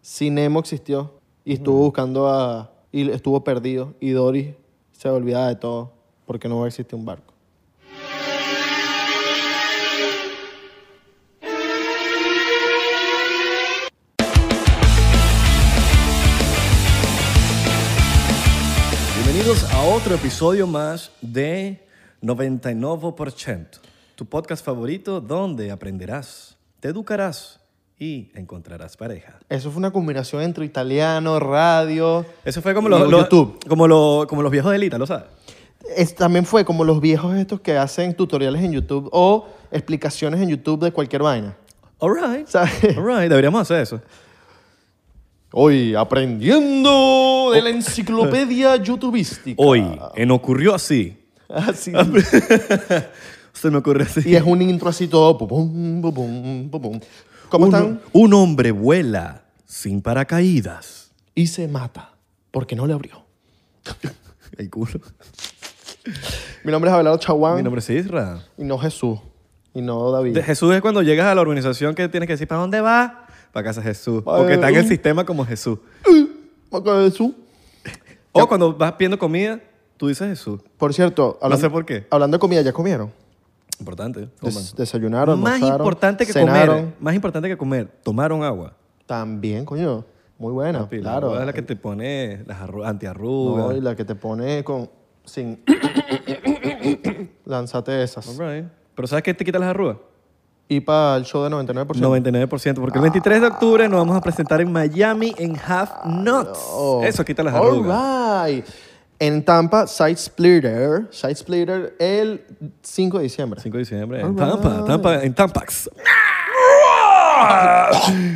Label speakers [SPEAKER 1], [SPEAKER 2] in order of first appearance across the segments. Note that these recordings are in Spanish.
[SPEAKER 1] si Nemo existió y estuvo buscando a. y estuvo perdido y Doris se olvidaba de todo porque no va a existir un barco.
[SPEAKER 2] Bienvenidos a otro episodio más de 99%, tu podcast favorito donde aprenderás, te educarás y encontrarás pareja.
[SPEAKER 1] Eso fue una combinación entre italiano, radio.
[SPEAKER 2] Eso fue como
[SPEAKER 1] y
[SPEAKER 2] los, los-
[SPEAKER 1] YouTube.
[SPEAKER 2] como, lo- como los viejos de Elita, ¿lo sabes?
[SPEAKER 1] Es- también fue como los viejos estos que hacen tutoriales en YouTube o explicaciones en YouTube de cualquier vaina.
[SPEAKER 2] All right.
[SPEAKER 1] ¿Sabes?
[SPEAKER 2] All right, deberíamos hacer eso.
[SPEAKER 1] Hoy aprendiendo de la enciclopedia youtubística.
[SPEAKER 2] Hoy, en Ocurrió Así,
[SPEAKER 1] Así.
[SPEAKER 2] se me ocurre así.
[SPEAKER 1] Ah, y es un intro así todo. pum, pum, pum, pum, pum, pum. ¿Cómo
[SPEAKER 2] un,
[SPEAKER 1] están?
[SPEAKER 2] un hombre vuela sin paracaídas.
[SPEAKER 1] Y se mata porque no le abrió.
[SPEAKER 2] El culo.
[SPEAKER 1] Mi nombre es Abelardo Chaguán.
[SPEAKER 2] Mi nombre es Isra.
[SPEAKER 1] Y no Jesús. Y no David.
[SPEAKER 2] De- Jesús es cuando llegas a la organización que tienes que decir, ¿para dónde vas? Para casa Jesús.
[SPEAKER 1] Pa'
[SPEAKER 2] Porque está en el
[SPEAKER 1] un-
[SPEAKER 2] sistema como Jesús.
[SPEAKER 1] Porque Jesús.
[SPEAKER 2] O cuando vas pidiendo comida, tú dices Jesús.
[SPEAKER 1] Por cierto, hablando,
[SPEAKER 2] sé por qué.
[SPEAKER 1] hablando de comida, ¿ya comieron?
[SPEAKER 2] Importante.
[SPEAKER 1] Des-
[SPEAKER 2] coman.
[SPEAKER 1] desayunaron,
[SPEAKER 2] Más
[SPEAKER 1] almorzaron,
[SPEAKER 2] importante que
[SPEAKER 1] cenaron.
[SPEAKER 2] comer. Más importante que comer. Tomaron agua.
[SPEAKER 1] También, coño. Muy buena,
[SPEAKER 2] Papi, la
[SPEAKER 1] claro.
[SPEAKER 2] agua es la que te pone las arru-
[SPEAKER 1] No,
[SPEAKER 2] antiarrugas.
[SPEAKER 1] y la que te pone con... Sin... Lánzate esas.
[SPEAKER 2] All right. Pero ¿sabes qué te quita las arrugas?
[SPEAKER 1] Y para el show de 99%.
[SPEAKER 2] 99%, porque el 23 de octubre nos vamos a presentar en Miami en Half Nuts.
[SPEAKER 1] Oh.
[SPEAKER 2] Eso quita las
[SPEAKER 1] All
[SPEAKER 2] arrugas.
[SPEAKER 1] right. En Tampa, Side Splitter. Side Splitter el 5 de diciembre.
[SPEAKER 2] 5 de diciembre en
[SPEAKER 1] All
[SPEAKER 2] Tampa,
[SPEAKER 1] right.
[SPEAKER 2] Tampa, en Tampax.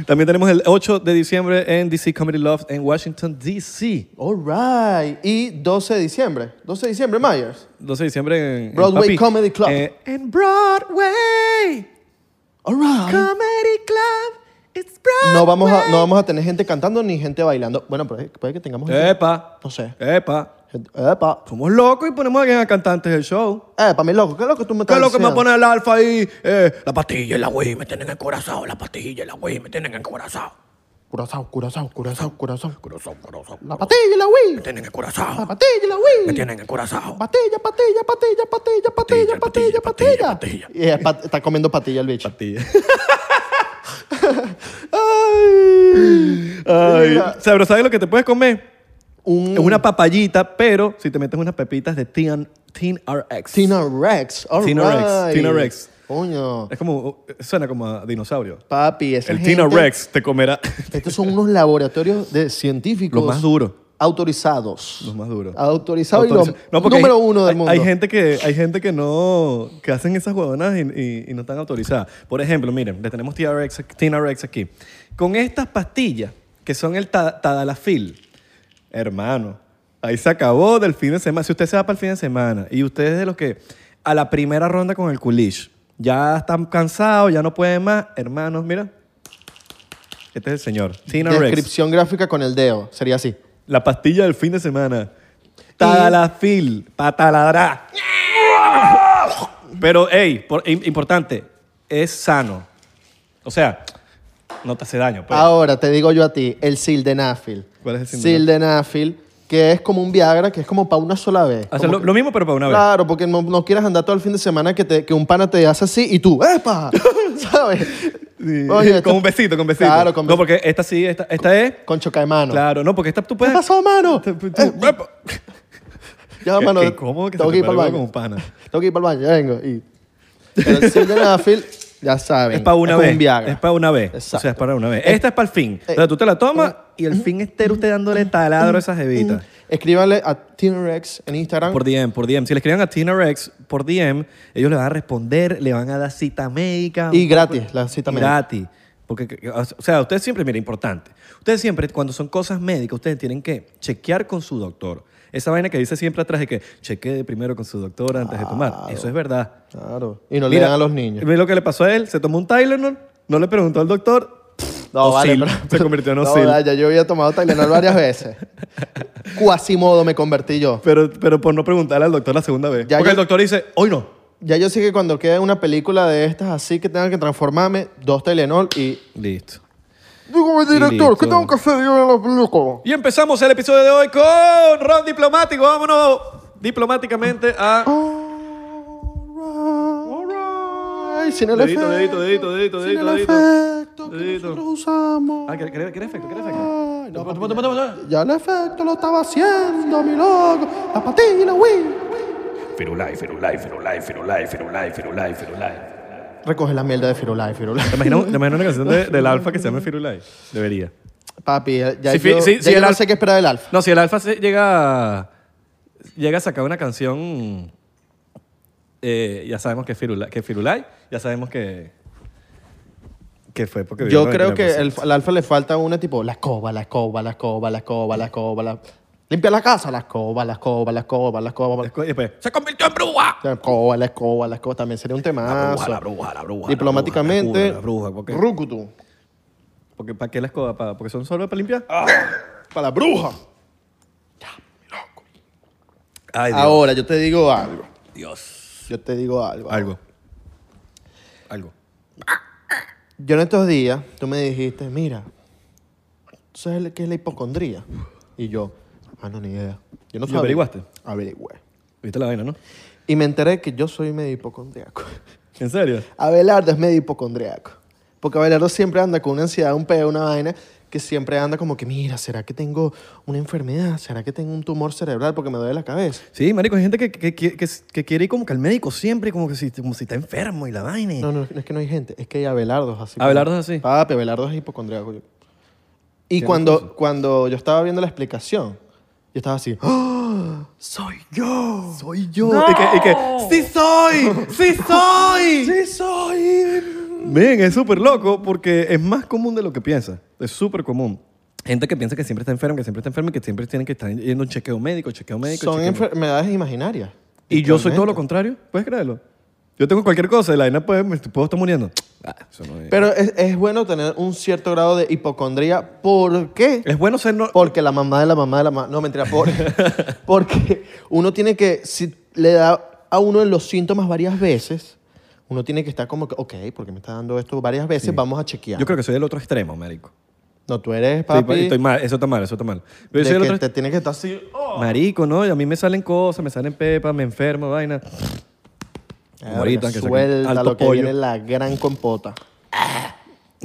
[SPEAKER 2] También tenemos el 8 de diciembre en DC Comedy Loft en Washington, D.C.
[SPEAKER 1] All right. Y 12 de diciembre. 12 de diciembre, Myers.
[SPEAKER 2] 12 de diciembre en- en
[SPEAKER 1] Broadway
[SPEAKER 2] Papi.
[SPEAKER 1] Comedy Club.
[SPEAKER 2] Eh, en Broadway
[SPEAKER 1] All right.
[SPEAKER 2] Comedy Club. It's Broadway.
[SPEAKER 1] No vamos, a, no vamos a tener gente cantando ni gente bailando. Bueno, pero puede que tengamos gente.
[SPEAKER 2] Epa.
[SPEAKER 1] No sé.
[SPEAKER 2] Epa.
[SPEAKER 1] Gente- Epa.
[SPEAKER 2] Somos locos y ponemos a alguien a cantantes del show.
[SPEAKER 1] Epa, mi loco. ¿Qué es lo que tú me
[SPEAKER 2] ¿Qué
[SPEAKER 1] estás
[SPEAKER 2] es lo que me
[SPEAKER 1] diciendo?
[SPEAKER 2] pone el alfa ahí? Eh, la pastilla y la güey me tienen encorazado. La pastilla y la güey me tienen encorazado.
[SPEAKER 1] Curazao, curazao, curazao, curazao.
[SPEAKER 2] Corazón, corazón.
[SPEAKER 1] La patilla, la
[SPEAKER 2] Me
[SPEAKER 1] Wii.
[SPEAKER 2] tienen
[SPEAKER 1] La
[SPEAKER 2] encorazado.
[SPEAKER 1] patilla, la Wii.
[SPEAKER 2] Me tienen encorazado.
[SPEAKER 1] Patilla, patilla, patilla, patilla, patilla, patilla,
[SPEAKER 2] Patilla, patilla,
[SPEAKER 1] patilla.
[SPEAKER 2] patilla, patilla.
[SPEAKER 1] Y es pat- está comiendo patilla el bicho.
[SPEAKER 2] Pastilla.
[SPEAKER 1] Ay.
[SPEAKER 2] Ay.
[SPEAKER 1] Mira.
[SPEAKER 2] O sea, pero ¿sabes lo que te puedes comer?
[SPEAKER 1] Un
[SPEAKER 2] Es una papayita, pero si te metes unas pepitas de Teen, Teen RX.
[SPEAKER 1] Tina Rex. all
[SPEAKER 2] Tina Rex,
[SPEAKER 1] right.
[SPEAKER 2] Tina Rex.
[SPEAKER 1] Coño.
[SPEAKER 2] Es como, suena como a dinosaurio.
[SPEAKER 1] Papi, esa
[SPEAKER 2] El
[SPEAKER 1] gente-
[SPEAKER 2] Tina Rex te comerá.
[SPEAKER 1] Estos son unos laboratorios de científicos.
[SPEAKER 2] Los más duros.
[SPEAKER 1] Autorizados.
[SPEAKER 2] Los más duros.
[SPEAKER 1] Autorizados y
[SPEAKER 2] Autoriza-
[SPEAKER 1] los
[SPEAKER 2] No, porque
[SPEAKER 1] número
[SPEAKER 2] hay-
[SPEAKER 1] uno del
[SPEAKER 2] hay-
[SPEAKER 1] mundo.
[SPEAKER 2] Hay gente que, hay gente que no, que hacen esas huevonas y, y- y no están autorizadas. Por ejemplo, miren, le tenemos TRX, TNRX aquí. Con estas pastillas, que son el ta- Tadalafil, hermano, ahí se acabó del fin de semana. Si usted se va para el fin de semana y usted es de los que a la primera ronda con el culish, ya están cansados, ya no pueden más, hermanos, mira. Este es el señor, TNRX.
[SPEAKER 1] Descripción gráfica con el dedo. Sería así.
[SPEAKER 2] La pastilla del fin de semana. Tadalafil, pataladrá. Pero, hey, por- im- importante, es sano. O sea, no te hace daño. pues. Pero,
[SPEAKER 1] Ahora te digo yo a ti, el sildenafil.
[SPEAKER 2] ¿Cuál es el
[SPEAKER 1] sildenafil? que es como un Viagra, que es como para una sola vez.
[SPEAKER 2] o sea,
[SPEAKER 1] Como
[SPEAKER 2] lo,
[SPEAKER 1] que-
[SPEAKER 2] lo mismo, pero para una vez.
[SPEAKER 1] Claro, porque no, no quieras andar todo el fin de semana que, te- que un pana te hace así y tú, ¡epa! ¿Sabes?
[SPEAKER 2] Sí,
[SPEAKER 1] Oye, esto-
[SPEAKER 2] con un besito, con un besito.
[SPEAKER 1] Claro, con
[SPEAKER 2] No,
[SPEAKER 1] besito.
[SPEAKER 2] porque esta sí, esta, esta es.
[SPEAKER 1] Con choca de mano.
[SPEAKER 2] Claro, no, porque esta tú puedes.
[SPEAKER 1] ¿Qué pasó, mano?
[SPEAKER 2] Tú- tú-
[SPEAKER 1] Eh,
[SPEAKER 2] ¡Epa!
[SPEAKER 1] Ya,
[SPEAKER 2] Qué-
[SPEAKER 1] mano,
[SPEAKER 2] qué incómodo que se
[SPEAKER 1] tengo
[SPEAKER 2] te
[SPEAKER 1] que ir para
[SPEAKER 2] pare
[SPEAKER 1] el
[SPEAKER 2] algo
[SPEAKER 1] baño.
[SPEAKER 2] con un pana.
[SPEAKER 1] Tengo que ir para el baño, ya vengo. Y... Pero el sildenafil, ya saben.
[SPEAKER 2] Es para una
[SPEAKER 1] como
[SPEAKER 2] vez.
[SPEAKER 1] un Viagra.
[SPEAKER 2] Es para una vez. O sea, es
[SPEAKER 1] Exacto. Eh,
[SPEAKER 2] para una vez. Esta es para el fin. O sea, tú te la tomas y el fin entero usted dándole taladro a esas jevitas.
[SPEAKER 1] Escríbanle a Tinerex en Instagram.
[SPEAKER 2] Por DM, por DM. Si le escriben a Tina Rex por DM, ellos le van a responder, le van a dar cita médica.
[SPEAKER 1] Y gratis, la cita
[SPEAKER 2] Y
[SPEAKER 1] médica.
[SPEAKER 2] Gratis. Porque, o sea, ustedes siempre, mira, importante. Ustedes siempre, cuando son cosas médicas, ustedes tienen que chequear con su doctor. Esa vaina que dice siempre atrás de que chequee primero con su doctor antes de tomar. Eso es verdad.
[SPEAKER 1] Claro. Y no le
[SPEAKER 2] Mira,
[SPEAKER 1] dan a los niños.
[SPEAKER 2] Ve lo que le pasó a él. Se tomó un Tylenol, no le preguntó al doctor.
[SPEAKER 1] No, vale,
[SPEAKER 2] Osil.
[SPEAKER 1] pero-
[SPEAKER 2] Se convirtió en
[SPEAKER 1] No,
[SPEAKER 2] Osil.
[SPEAKER 1] vaya, yo había tomado Tylenol varias veces. Cuasimodo me convertí yo.
[SPEAKER 2] pero, pero por no preguntarle al doctor la segunda vez.
[SPEAKER 1] Ya
[SPEAKER 2] Porque
[SPEAKER 1] yo-
[SPEAKER 2] el doctor dice, hoy no.
[SPEAKER 1] Ya yo sé que cuando quede una película de estas así que tenga que transformarme, dos Tylenol y
[SPEAKER 2] Listo.
[SPEAKER 3] Dígame, director, ¿qué tengo que hacer yo en la película?
[SPEAKER 2] Y empezamos el episodio de hoy con Ron Diplomático. Vámonos diplomáticamente a.
[SPEAKER 1] Ay, sin el
[SPEAKER 2] Dedito,
[SPEAKER 1] efecto.
[SPEAKER 2] dedito, dedito, dedito,
[SPEAKER 1] sin el
[SPEAKER 2] dedito.
[SPEAKER 1] efecto que
[SPEAKER 2] Dedito.
[SPEAKER 1] nosotros usamos.
[SPEAKER 2] Ah, ¿qué, qué, qué efecto? ¿Qué efecto?
[SPEAKER 1] Ay, no, papi, Ya el efecto lo estaba haciendo, mi loco. La patilla, güey.
[SPEAKER 4] Firulai, Firulai, Firulai, Firulai, Firulai, Firulai, Firulai.
[SPEAKER 1] Recoge la mierda de Firulai, Firulai.
[SPEAKER 2] ¿Te imaginas, te imaginas una canción de- del Alfa que se llama Firulai? Debería.
[SPEAKER 1] Papi, ya
[SPEAKER 2] Si fi-
[SPEAKER 1] yo,
[SPEAKER 2] si-
[SPEAKER 1] ya
[SPEAKER 2] si
[SPEAKER 1] yo
[SPEAKER 2] el
[SPEAKER 1] no
[SPEAKER 2] al-
[SPEAKER 1] sé qué esperar del Alfa.
[SPEAKER 2] No, si el Alfa se- llega, llega a sacar una canción, eh, ya sabemos que es Firulai, que es Firulai, ya sabemos que, que fue porque... vio
[SPEAKER 1] Yo
[SPEAKER 2] lo
[SPEAKER 1] creo que
[SPEAKER 2] pasó.
[SPEAKER 1] el- al Alfa le falta una tipo, la escoba, la escoba, la escoba, la escoba, la escoba, la... Limpia la casa, la escoba, la escoba, la escoba, la escoba, la
[SPEAKER 2] Después- después, ¡Se convirtió en bruja!
[SPEAKER 1] escoba, la escoba, la escoba. También sería un
[SPEAKER 4] La
[SPEAKER 1] temazo.
[SPEAKER 4] bruja, la bruja, la bruja.
[SPEAKER 1] Diplomáticamente,
[SPEAKER 2] la bruja, la bruja, ¿por qué?
[SPEAKER 1] Rúcutu.
[SPEAKER 2] Porque, ¿Para qué la escoba? ¿Para- ¿Porque son solo para limpiar?
[SPEAKER 1] Para la bruja.
[SPEAKER 2] Ay, Dios.
[SPEAKER 1] Ahora, yo te digo algo.
[SPEAKER 2] Dios.
[SPEAKER 1] Yo te digo algo.
[SPEAKER 2] Algo. Algo.
[SPEAKER 1] Yo en estos días, tú me dijiste, mira, ¿tú sabes qué es la hipocondría? Y yo, ah, no, ni idea. Yo no
[SPEAKER 2] ¿Y
[SPEAKER 1] sabía.
[SPEAKER 2] averiguaste?
[SPEAKER 1] Averigüé.
[SPEAKER 2] ¿Viste la vaina, no?
[SPEAKER 1] Y me enteré que yo soy medio hipocondriaco.
[SPEAKER 2] ¿En serio?
[SPEAKER 1] Abelardo es medio hipocondriaco. Porque Abelardo siempre anda con una ansiedad, un peo, una vaina, que siempre anda como que, mira, ¿será que tengo una enfermedad? ¿Será que tengo un tumor cerebral porque me duele la cabeza?
[SPEAKER 2] Sí, marico, hay gente que, que, que, que- que quiere ir como que al médico siempre, como que si, como si está enfermo y la vaina. y-
[SPEAKER 1] No, no, no es que no hay gente, es que Abelardo es así.
[SPEAKER 2] Abelardo es así.
[SPEAKER 1] Papi, Abelardo es hipocondriaco. yo. Y cuando, cuando yo estaba viendo la explicación, yo estaba así, ¡Ah!
[SPEAKER 2] Soy yo. Soy yo. Y, que, y que, sí soy, sí soy. sí soy. Ven, es súper loco porque es más común de lo que piensa. Es súper común. Gente que piensa que siempre está enfermo, que siempre está enfermo y que siempre tienen que estar yendo a un chequeo médico, chequeo médico.
[SPEAKER 1] son
[SPEAKER 2] chequeo médico.
[SPEAKER 1] enfermedades imaginarias.
[SPEAKER 2] Y yo soy todo lo
[SPEAKER 1] Literalmente.
[SPEAKER 2] contrario. ¿Puedes creerlo? Yo tengo cualquier cosa y la vaina puede, me puedo estar muriendo. Ah, eso no es.
[SPEAKER 1] Pero es, es bueno tener un cierto grado de hipocondría. ¿Por qué?
[SPEAKER 2] es bueno ser... No,
[SPEAKER 1] Porque la mamá de la mamá de la mamá. No, mentira, por, porque uno tiene que. Si le da a uno los síntomas varias veces, uno tiene que estar como que, ok, porque me está dando esto varias veces, vamos a chequear.
[SPEAKER 2] yo creo que soy del otro extremo, marico.
[SPEAKER 1] no, tú eres
[SPEAKER 2] Estoy-
[SPEAKER 1] papi.
[SPEAKER 2] estoy mal, eso está mal, eso está mal. Pero yo
[SPEAKER 1] de
[SPEAKER 2] soy del
[SPEAKER 1] que
[SPEAKER 2] otro
[SPEAKER 1] te tienes que estar así. oh.
[SPEAKER 2] Marico, ¿no? Y a mí me salen cosas, me salen pepas, me enfermo, vaina.
[SPEAKER 1] Verga,
[SPEAKER 2] Ahorita que saquen
[SPEAKER 1] suelta
[SPEAKER 2] alto
[SPEAKER 1] lo que
[SPEAKER 2] pollo.
[SPEAKER 1] viene la gran compota.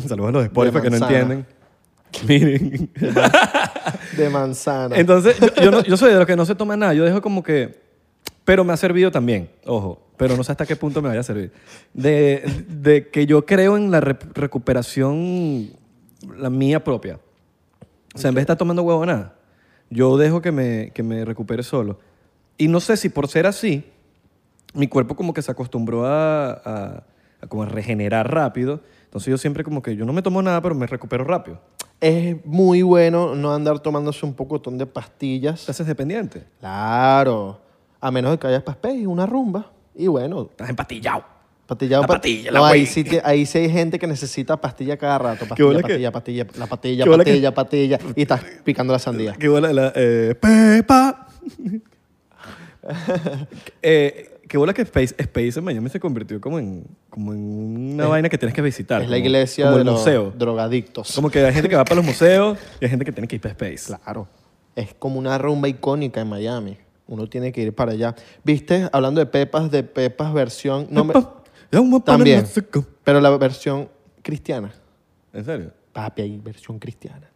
[SPEAKER 2] Saludos a los de Spotify
[SPEAKER 1] De
[SPEAKER 2] que no
[SPEAKER 1] manzana.
[SPEAKER 2] entienden. Miren.
[SPEAKER 1] De manzana.
[SPEAKER 2] Entonces, yo, yo no- yo soy de los que no se toma nada. Yo dejo como que... Pero me ha servido también, ojo. Pero no sé hasta qué punto me vaya a servir. De, de que yo creo en la re- recuperación la mía propia. O sea, en vez de estar tomando huevonada, yo dejo que me, que me recupere solo. Y no sé si por ser así, mi cuerpo como que se acostumbró a, a- a como a regenerar rápido. Entonces yo siempre como que yo no me tomo nada, pero me recupero rápido.
[SPEAKER 1] es muy bueno no andar tomándose un pocotón de pastillas.
[SPEAKER 2] Te haces dependiente.
[SPEAKER 1] Claro. A menos de que vayas para y una rumba. Y bueno,
[SPEAKER 4] Estás empatillado.
[SPEAKER 1] pastillado.
[SPEAKER 4] La
[SPEAKER 1] pa-
[SPEAKER 4] patilla,
[SPEAKER 1] no,
[SPEAKER 4] la
[SPEAKER 1] ahí
[SPEAKER 4] wey.
[SPEAKER 1] sí, te- ahí sí hay gente que necesita pastilla cada rato. Pastilla,
[SPEAKER 2] bola que-
[SPEAKER 1] pastilla, pastilla, la pastilla,
[SPEAKER 2] qué bola que-
[SPEAKER 1] pastilla, pastilla. Y estás picando la sandía.
[SPEAKER 2] Qué bola la... eh, Pepa. eh, qué bola que Space, Space en Miami se convirtió como en, como en una vaina que tienes que visitar.
[SPEAKER 1] Es la
[SPEAKER 2] como-
[SPEAKER 1] iglesia
[SPEAKER 2] como
[SPEAKER 1] de
[SPEAKER 2] el
[SPEAKER 1] los
[SPEAKER 2] museo.
[SPEAKER 1] drogadictos.
[SPEAKER 2] Como que hay gente que va para los museos y hay gente que tiene que ir para Space.
[SPEAKER 1] Claro. Es como una rumba icónica en Miami. Uno tiene que ir para allá. ¿Viste? Hablando de Pepas, de Pepas versión... No me- También. Pero la versión cristiana.
[SPEAKER 2] ¿En serio?
[SPEAKER 1] Papi, hay versión cristiana.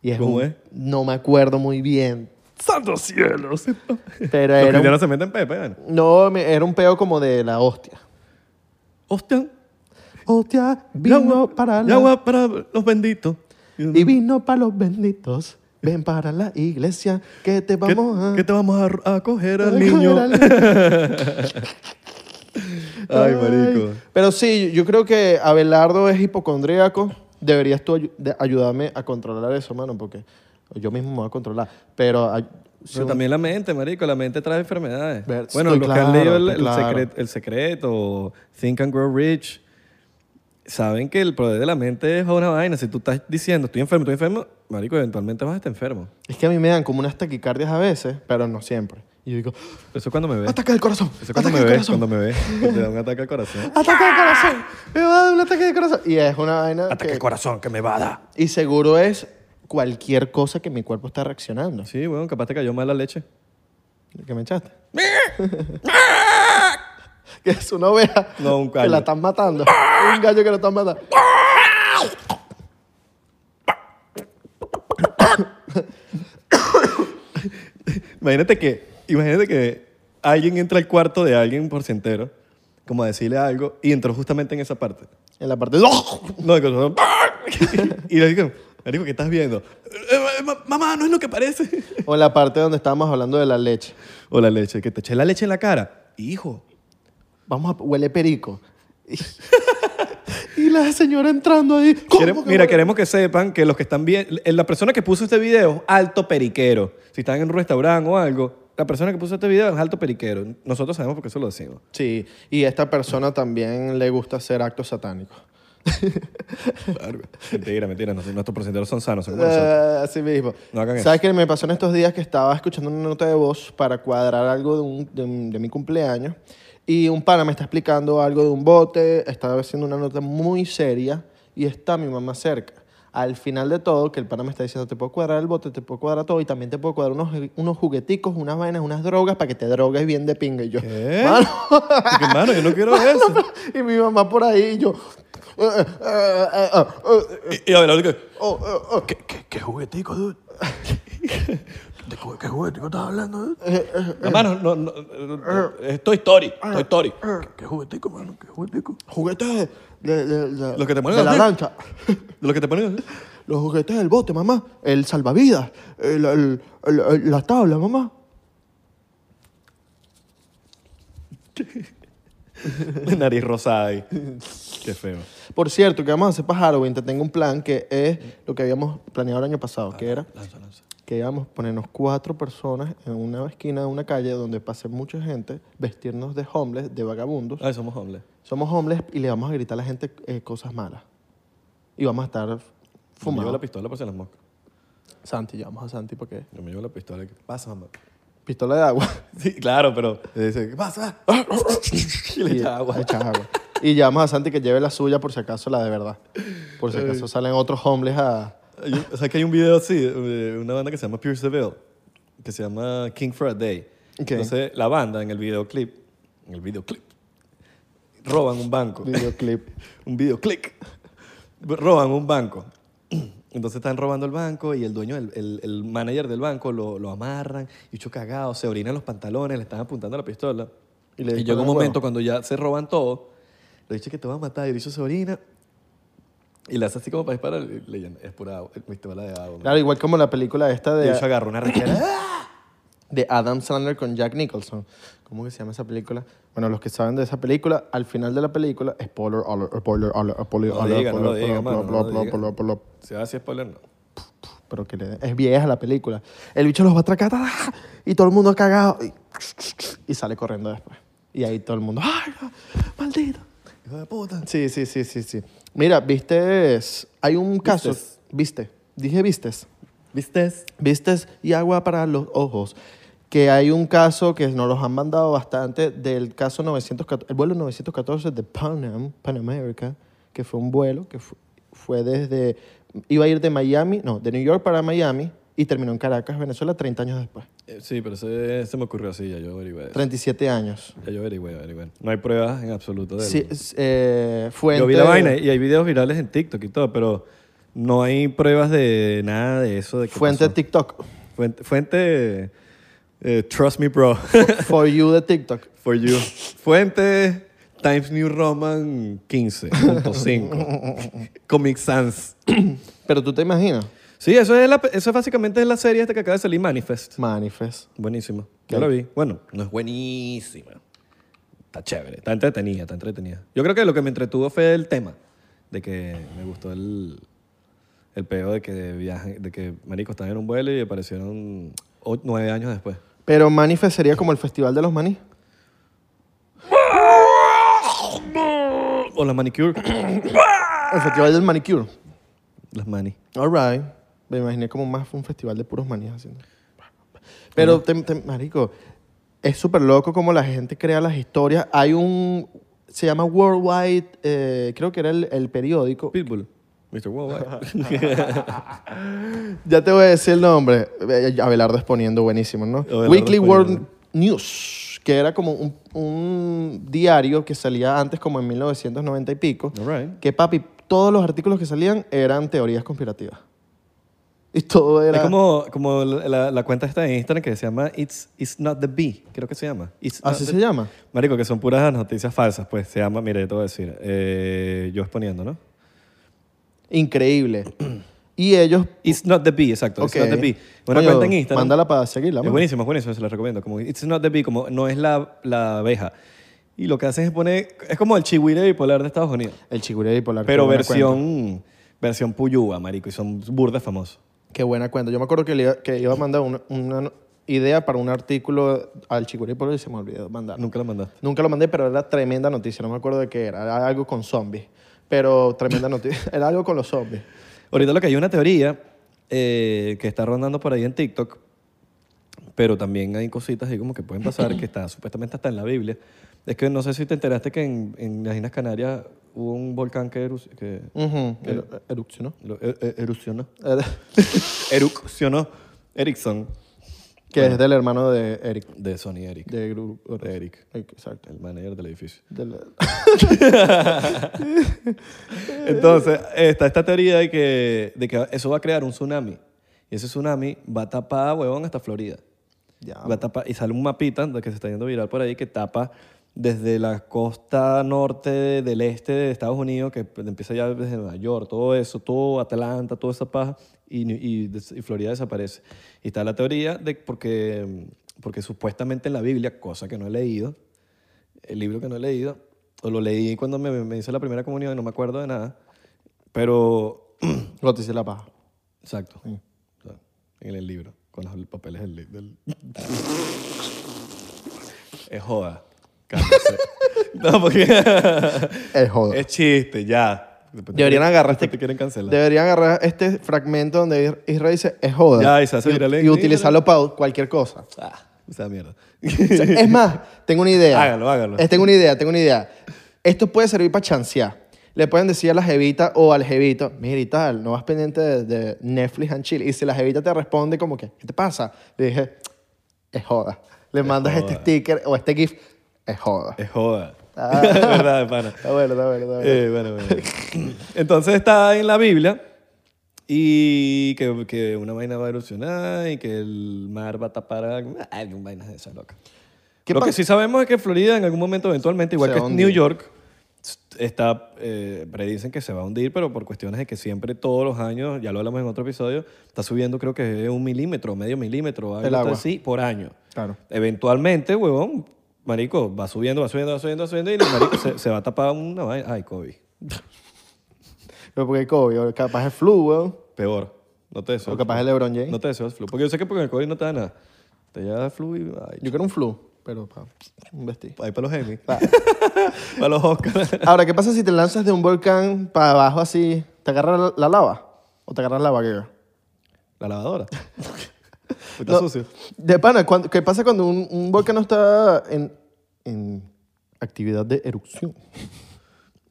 [SPEAKER 1] Y es
[SPEAKER 2] ¿Cómo
[SPEAKER 1] un-
[SPEAKER 2] es?
[SPEAKER 1] No me acuerdo muy bien.
[SPEAKER 4] ¡Santos cielos!
[SPEAKER 1] Pero
[SPEAKER 2] Los
[SPEAKER 1] era
[SPEAKER 2] cristianos
[SPEAKER 1] un,
[SPEAKER 2] se meten Pepa, bueno.
[SPEAKER 1] no, me- era un peo como de la hostia.
[SPEAKER 2] Hostia.
[SPEAKER 1] Hostia, vino
[SPEAKER 2] agua-
[SPEAKER 1] para
[SPEAKER 2] y
[SPEAKER 1] la...
[SPEAKER 2] agua para los benditos.
[SPEAKER 1] Y vino para los benditos. Ven para la iglesia que te
[SPEAKER 2] ¿Qué,
[SPEAKER 1] vamos a...
[SPEAKER 2] qué te vamos a, ro- a coger al
[SPEAKER 1] a
[SPEAKER 2] niño?
[SPEAKER 1] comer al niño.
[SPEAKER 2] Ay, marico.
[SPEAKER 1] Pero sí, yo creo que Abelardo es hipocondríaco. Deberías tú ayu- de- ayudarme a controlar eso, mano, porque yo mismo me voy a controlar. Pero... ay, si
[SPEAKER 2] Pero
[SPEAKER 1] un-
[SPEAKER 2] también la mente, marico. La mente trae enfermedades.
[SPEAKER 1] Ver-
[SPEAKER 2] bueno,
[SPEAKER 1] estoy
[SPEAKER 2] los que
[SPEAKER 1] claro,
[SPEAKER 2] han leído el,
[SPEAKER 1] estoy
[SPEAKER 2] el
[SPEAKER 1] claro.
[SPEAKER 2] secret- El secreto, o Think and Grow Rich, saben que el poder de la mente es una vaina. Si tú estás diciendo, estoy enfermo, estoy enfermo, marico, eventualmente vas a estar enfermo.
[SPEAKER 1] Es que a mí me dan como unas taquicardias a veces, pero no siempre. Y yo digo,
[SPEAKER 2] Eso es cuando me ve. Eso
[SPEAKER 1] ataque del corazón,
[SPEAKER 2] es
[SPEAKER 1] ataque
[SPEAKER 2] cuando me
[SPEAKER 1] del
[SPEAKER 2] ve,
[SPEAKER 1] corazón,
[SPEAKER 2] cuando me ve. que Te da un ataque al corazón.
[SPEAKER 1] ataque del corazón, me va a dar un ataque de corazón. Y es una vaina que-
[SPEAKER 2] corazón que me va a dar.
[SPEAKER 1] Y seguro es cualquier cosa que mi cuerpo está reaccionando.
[SPEAKER 2] Sí, bueno, capaz te cayó mal la leche.
[SPEAKER 1] ¿Qué me echaste? que es una oveja
[SPEAKER 2] No, un
[SPEAKER 1] que
[SPEAKER 2] gallo.
[SPEAKER 1] la están matando. un gallo que la están matando.
[SPEAKER 2] Imagínate que, imagínate que alguien entra al cuarto de alguien por si entero, como a decirle algo, y entró justamente en esa parte.
[SPEAKER 1] En la parte ¡oh! de...
[SPEAKER 2] No, de corazón. y le digo, marico, ¿qué estás viendo? "Eh, eh, ma- Mamá, no es lo que parece.
[SPEAKER 1] O en la parte donde estábamos hablando de la leche.
[SPEAKER 2] O la leche, que te eché la leche en la cara. Hijo,
[SPEAKER 1] Vamos a... Huele perico. y la señora entrando ahí. ¿cómo
[SPEAKER 2] Quere-
[SPEAKER 1] que
[SPEAKER 2] mira,
[SPEAKER 1] huele?
[SPEAKER 2] queremos que sepan que los que están bien, la persona que puso este video, alto periquero. Si están en un restaurante o algo, la persona que puso este video es alto periquero. Nosotros sabemos por qué eso lo decimos.
[SPEAKER 1] Sí, y a esta persona también le gusta hacer actos satánicos.
[SPEAKER 2] Mentira, mentira. nos- Nuestros presentadores son sanos, son como nosotros.
[SPEAKER 1] Eh, Así mismo.
[SPEAKER 2] No hagan
[SPEAKER 1] ¿Sabes qué me pasó en estos días? Que estaba escuchando una nota de voz para cuadrar algo de, un- de un- de mi cumpleaños y un pana me está explicando algo de un bote, estaba haciendo una nota muy seria y está mi mamá cerca. Al final de todo, que el pana me está diciendo, te puedo cuadrar el bote, te puedo cuadrar todo y también te puedo cuadrar unos, unos jugueticos, unas vainas, unas drogas para que te drogues bien de pinga. Y yo,
[SPEAKER 2] ¿Qué?
[SPEAKER 1] "Mano".
[SPEAKER 2] Porque, hermano, yo no quiero eso.
[SPEAKER 1] y mi mamá por ahí y yo... "Eh, eh, eh, eh, eh, eh,
[SPEAKER 2] Y, y a ver, la única-
[SPEAKER 1] oh, eh, oh".
[SPEAKER 5] ¿Qué, qué, qué juguetico, dude? ¿De cu- qué juguetico estás hablando, dude?
[SPEAKER 1] Eh,
[SPEAKER 2] hermano, no, no, no, es Toy Story, Toy Story.
[SPEAKER 5] ¿Qué, qué juguetico, mano? ¿Qué juguetico?
[SPEAKER 1] juguetes de, de, de- de-
[SPEAKER 2] Los que te ponen
[SPEAKER 1] de la
[SPEAKER 2] así.
[SPEAKER 1] lancha.
[SPEAKER 2] Lo que te ponen.
[SPEAKER 1] Los juguetes del bote, mamá. El salvavidas. El- el- el- el- la tabla, mamá.
[SPEAKER 2] La nariz rosada ahí. Qué feo.
[SPEAKER 1] Por cierto, que vamos a hacer para Halloween. Te tengo un plan que es lo que habíamos planeado el año pasado, que era que íbamos a ponernos cuatro personas en una esquina de una calle donde pase mucha gente, vestirnos de homeless, de vagabundos.
[SPEAKER 2] Ay, Ah, somos hombres.
[SPEAKER 1] Somos homeless y le vamos a gritar a la gente eh, cosas malas. Y vamos a estar
[SPEAKER 2] Yo me llevo la
[SPEAKER 1] fumados.
[SPEAKER 2] pistola por si las moscas.
[SPEAKER 1] Santi, llamamos a Santi porque...
[SPEAKER 2] Yo me llevo la pistola. ¿Qué pasa, mamá?
[SPEAKER 1] Pistola de agua.
[SPEAKER 2] Sí, claro, pero. le dice, ¿qué pasa? y le
[SPEAKER 1] Y
[SPEAKER 2] echa agua.
[SPEAKER 1] le echas agua. Y llamamos a Santi que lleve la suya por si acaso la de verdad. Por si acaso salen otros hombres a...
[SPEAKER 2] Hay un- O sea, que hay un video así de una banda que se llama Pierce the Veil, que se llama King for a Day.
[SPEAKER 1] Ok.
[SPEAKER 2] Entonces, la banda en el videoclip, en el videoclip, roban un banco.
[SPEAKER 1] Videoclip.
[SPEAKER 2] un videoclip. Roban un banco. Entonces están robando el banco y el dueño, el, el- el manager del banco, lo, lo amarran y hecho cagado, se orina en los pantalones, le están apuntando la pistola.
[SPEAKER 1] Y
[SPEAKER 2] Y,
[SPEAKER 1] le
[SPEAKER 2] llega
[SPEAKER 1] disparan
[SPEAKER 2] un
[SPEAKER 1] huevo.
[SPEAKER 2] momento cuando ya se roban todo, le dice que te va a matar y el bicho se orina y le hace así como para disparar, le, le llena- es pura agua, es pistola de agua. man.
[SPEAKER 1] Claro, igual como la película esta
[SPEAKER 2] Y el bicho
[SPEAKER 1] de,
[SPEAKER 2] agarra una rechera.
[SPEAKER 1] de Adam Sandler con Jack Nicholson. ¿Cómo que se llama esa película? Bueno, los que saben de esa película, al final de la película, spoiler alert, spoiler alert, spoiler
[SPEAKER 2] No lo
[SPEAKER 1] alert,
[SPEAKER 2] diga, no lo
[SPEAKER 1] spoiler,
[SPEAKER 2] diga,
[SPEAKER 1] bla,
[SPEAKER 2] mano,
[SPEAKER 1] bla,
[SPEAKER 2] no lo
[SPEAKER 1] bla,
[SPEAKER 2] diga.
[SPEAKER 1] bla, bla, bla.
[SPEAKER 2] se va así spoiler, no.
[SPEAKER 1] Pero que le den- es vieja la película. El bicho los va a atracar ta, ta, y todo el mundo cagado y, y sale corriendo después. Y ahí todo el mundo, ¡ay, no! maldito!
[SPEAKER 2] Hijo de puta.
[SPEAKER 1] Sí, sí, sí, sí, sí. Mira, vistes, hay un caso,
[SPEAKER 2] Vistes.
[SPEAKER 1] viste, dije vistes,
[SPEAKER 2] ¿Viste?
[SPEAKER 1] vistes y agua para los ojos, que hay un caso que nos los han mandado bastante del caso 914, el vuelo 914 de Pan Am, Pan America, que fue un vuelo que fu- fue desde, iba a ir de Miami, no, de New York para Miami y terminó en Caracas, Venezuela, 30 años después,
[SPEAKER 2] Eh, Sí, pero se, se me ocurrió así, ya yo averigué. eso.
[SPEAKER 1] 37 años.
[SPEAKER 2] Ya yo averigué, averigué. No hay pruebas en absoluto de
[SPEAKER 1] Sí,
[SPEAKER 2] eso.
[SPEAKER 1] es, eh, fuente,
[SPEAKER 2] Yo vi la vaina y hay videos virales en TikTok y todo, pero no hay pruebas de nada de eso. De que
[SPEAKER 1] fuente
[SPEAKER 2] pasó.
[SPEAKER 1] TikTok,
[SPEAKER 2] Fuente, fuente eh, Trust Me Bro,
[SPEAKER 1] for you de TikTok.
[SPEAKER 2] for you. Fuente Times New Roman 15.5. Comic Sans.
[SPEAKER 1] Pero tú te imaginas,
[SPEAKER 2] Sí, eso es, la, eso es básicamente la serie esta que acaba de salir, Manifest.
[SPEAKER 1] Manifest.
[SPEAKER 2] Buenísima.
[SPEAKER 1] ¿Qué?
[SPEAKER 2] Yo la vi. Bueno, no es buenísima. Está chévere, está entretenida, está entretenida. Yo creo que lo que me entretuvo fue el tema, de que me gustó el, el peo de que viajan, de que marico están en un vuelo y aparecieron o- nueve años después.
[SPEAKER 1] Pero Manifest sería como el Festival de los Maní.
[SPEAKER 2] O las manicure,
[SPEAKER 1] El Festival del Manicure.
[SPEAKER 2] las mani.
[SPEAKER 1] All right. Me imaginé como más un festival de puros manías haciendo. Pero, te- te- marico, es súper loco como la gente crea las historias. Hay un, se llama Worldwide, eh, creo que era el, el periódico.
[SPEAKER 2] Pitbull. Mr. Worldwide.
[SPEAKER 1] Ya te voy a decir el nombre. Eh, Abelardo exponiendo, buenísimo, ¿no?
[SPEAKER 2] Abelardo
[SPEAKER 1] Weekly
[SPEAKER 2] exponiendo.
[SPEAKER 1] World News, que era como un, un diario que salía antes como en 1990 y pico,
[SPEAKER 2] All right.
[SPEAKER 1] que papi, todos los artículos que salían eran teorías conspirativas. Y todo era...
[SPEAKER 2] Es como, como la, la- la cuenta esta de Instagram que se llama It's, It's Not the Bee, creo que se llama. It's Not
[SPEAKER 1] Así
[SPEAKER 2] the-
[SPEAKER 1] se llama.
[SPEAKER 2] Marico, que son puras noticias falsas, pues se llama, mire, te voy a decir, eh, yo exponiendo, ¿no?
[SPEAKER 1] Increíble. y ellos...
[SPEAKER 2] It's Not the Bee, exacto.
[SPEAKER 1] Ok.
[SPEAKER 2] It's Not the Bee. Una
[SPEAKER 1] Coño,
[SPEAKER 2] cuenta en Instagram.
[SPEAKER 1] Mándala para seguirla.
[SPEAKER 2] Es
[SPEAKER 1] mano.
[SPEAKER 2] buenísimo, es buenísimo, se lo recomiendo. Como It's Not the Bee, como no es la, la abeja. Y lo que hacen es poner, es como el chihuire bipolar de Estados Unidos,
[SPEAKER 1] El chiguré bipolar. qué
[SPEAKER 2] pero
[SPEAKER 1] buena cuenta.
[SPEAKER 2] versión, versión puyúa, marico, y son burdas famosos.
[SPEAKER 1] Qué buena cuenta. Yo me acuerdo que, le iba, que iba a mandar una, una idea para un artículo al chiguré bipolar y se me olvidó mandar.
[SPEAKER 2] Nunca la mandaste.
[SPEAKER 1] Nunca lo mandé, pero era tremenda noticia. No me acuerdo de qué era. Era algo con zombies. Pero tremenda noticia. era algo con los zombies.
[SPEAKER 2] Ahorita lo que hay una teoría eh, que está rondando por ahí en TikTok, pero también hay cositas ahí como que pueden pasar, que está supuestamente hasta en la Biblia. Es que no sé si te enteraste que en, en las Islas Canarias hubo un volcán que, eru- que
[SPEAKER 1] Ujú. Eru- Erupcionó.
[SPEAKER 2] lo- e- e- erupcionó.
[SPEAKER 1] Era-
[SPEAKER 2] Erupcionó Ericsson
[SPEAKER 1] que es del hermano de Eric.
[SPEAKER 2] de Sony Eric,
[SPEAKER 1] De, Gru-
[SPEAKER 2] de Eric,
[SPEAKER 1] Exacto.
[SPEAKER 2] el manager del edificio.
[SPEAKER 1] De la-
[SPEAKER 2] Entonces, está esta teoría de que, de que eso va a crear un tsunami. Y ese tsunami va a tapar, huevón, hasta Florida.
[SPEAKER 1] Ya.
[SPEAKER 2] Va a tapar- y sale un mapita de que se está yendo viral por ahí que tapa desde la costa norte del este de Estados Unidos, que empieza ya desde Nueva York, todo eso, todo Atlanta, toda esa paja, y, New- y des- y Florida desaparece. Y está la teoría de porque, porque supuestamente en la Biblia, cosa que no he leído, el libro que no he leído, o lo leí cuando me, me hice la primera comunión y no me acuerdo de nada, pero...
[SPEAKER 1] Lo te hice la paja.
[SPEAKER 2] Exacto. O sea, en el libro, con los papeles del... li- del- es joda. Cálmese. no, porque...
[SPEAKER 1] Es joda.
[SPEAKER 2] es chiste, ya. Después te
[SPEAKER 1] Deberían
[SPEAKER 2] quieren-
[SPEAKER 1] agarrar
[SPEAKER 2] después
[SPEAKER 1] este,
[SPEAKER 2] Te quieren cancelar.
[SPEAKER 1] Deberían agarrar este fragmento donde Israel dice, es joda.
[SPEAKER 2] Ya, y se hace viral en
[SPEAKER 1] y utilizarlo para cualquier cosa.
[SPEAKER 2] Ah, o sea, mierda.
[SPEAKER 1] O sea, es más, tengo una idea.
[SPEAKER 2] Hágalo, hágalo.
[SPEAKER 1] Eh, tengo una idea, tengo una idea. Esto puede servir para chancear. Le pueden decir a la jevita o al jevito, mira y tal, no vas pendiente de, de Netflix and chill. Y si la jevita te responde como que, ¿qué te pasa? Le dije, es joda. Le mandas este
[SPEAKER 2] joda.
[SPEAKER 1] sticker o este gif, es joda.
[SPEAKER 2] es joda. verdad, pana.
[SPEAKER 1] Está bueno, está bueno, está bueno.
[SPEAKER 2] Eh, bueno, bueno. Entonces está en la Biblia y que, que una vaina va a erupcionar y que el mar va a tapar algo. Ay, vainas de esa loca.
[SPEAKER 1] ¿Qué
[SPEAKER 2] Lo
[SPEAKER 1] pa-
[SPEAKER 2] que sí sabemos es que Florida en algún momento eventualmente, igual
[SPEAKER 1] Se
[SPEAKER 2] que
[SPEAKER 1] va a
[SPEAKER 2] New
[SPEAKER 1] hundir.
[SPEAKER 2] York, s- está, eh, predicen que se va a hundir, pero por cuestiones de que siempre todos los años, ya lo hablamos en otro episodio, está subiendo creo que es un milímetro, medio milímetro, algo
[SPEAKER 1] El agua.
[SPEAKER 2] así, por año.
[SPEAKER 1] Claro.
[SPEAKER 2] Eventualmente, huevón, marico, va subiendo, va subiendo, va subiendo, va subiendo y marico se, se va a tapar una vaina. Ay, COVID.
[SPEAKER 1] Pero porque COVID, capaz es flu, weón.
[SPEAKER 2] Peor. No te deseo.
[SPEAKER 1] O capaz es LeBron James.
[SPEAKER 2] No te deseo el flu. Porque yo sé que porque el COVID no te da nada. Te da flu y... Ay,
[SPEAKER 1] Yo quiero un flu, pero pa, un vestido.
[SPEAKER 2] ahí para los Emmy. para los Oscars.
[SPEAKER 1] Ahora, ¿qué pasa si te lanzas de un volcán para abajo así? ¿Te agarra la, la lava? ¿O te agarras la vaguera?
[SPEAKER 2] La lavadora. Está
[SPEAKER 1] No,
[SPEAKER 2] sucio.
[SPEAKER 1] De pana, cuan- ¿qué pasa cuando un, un volcán no está en, en actividad de erupción?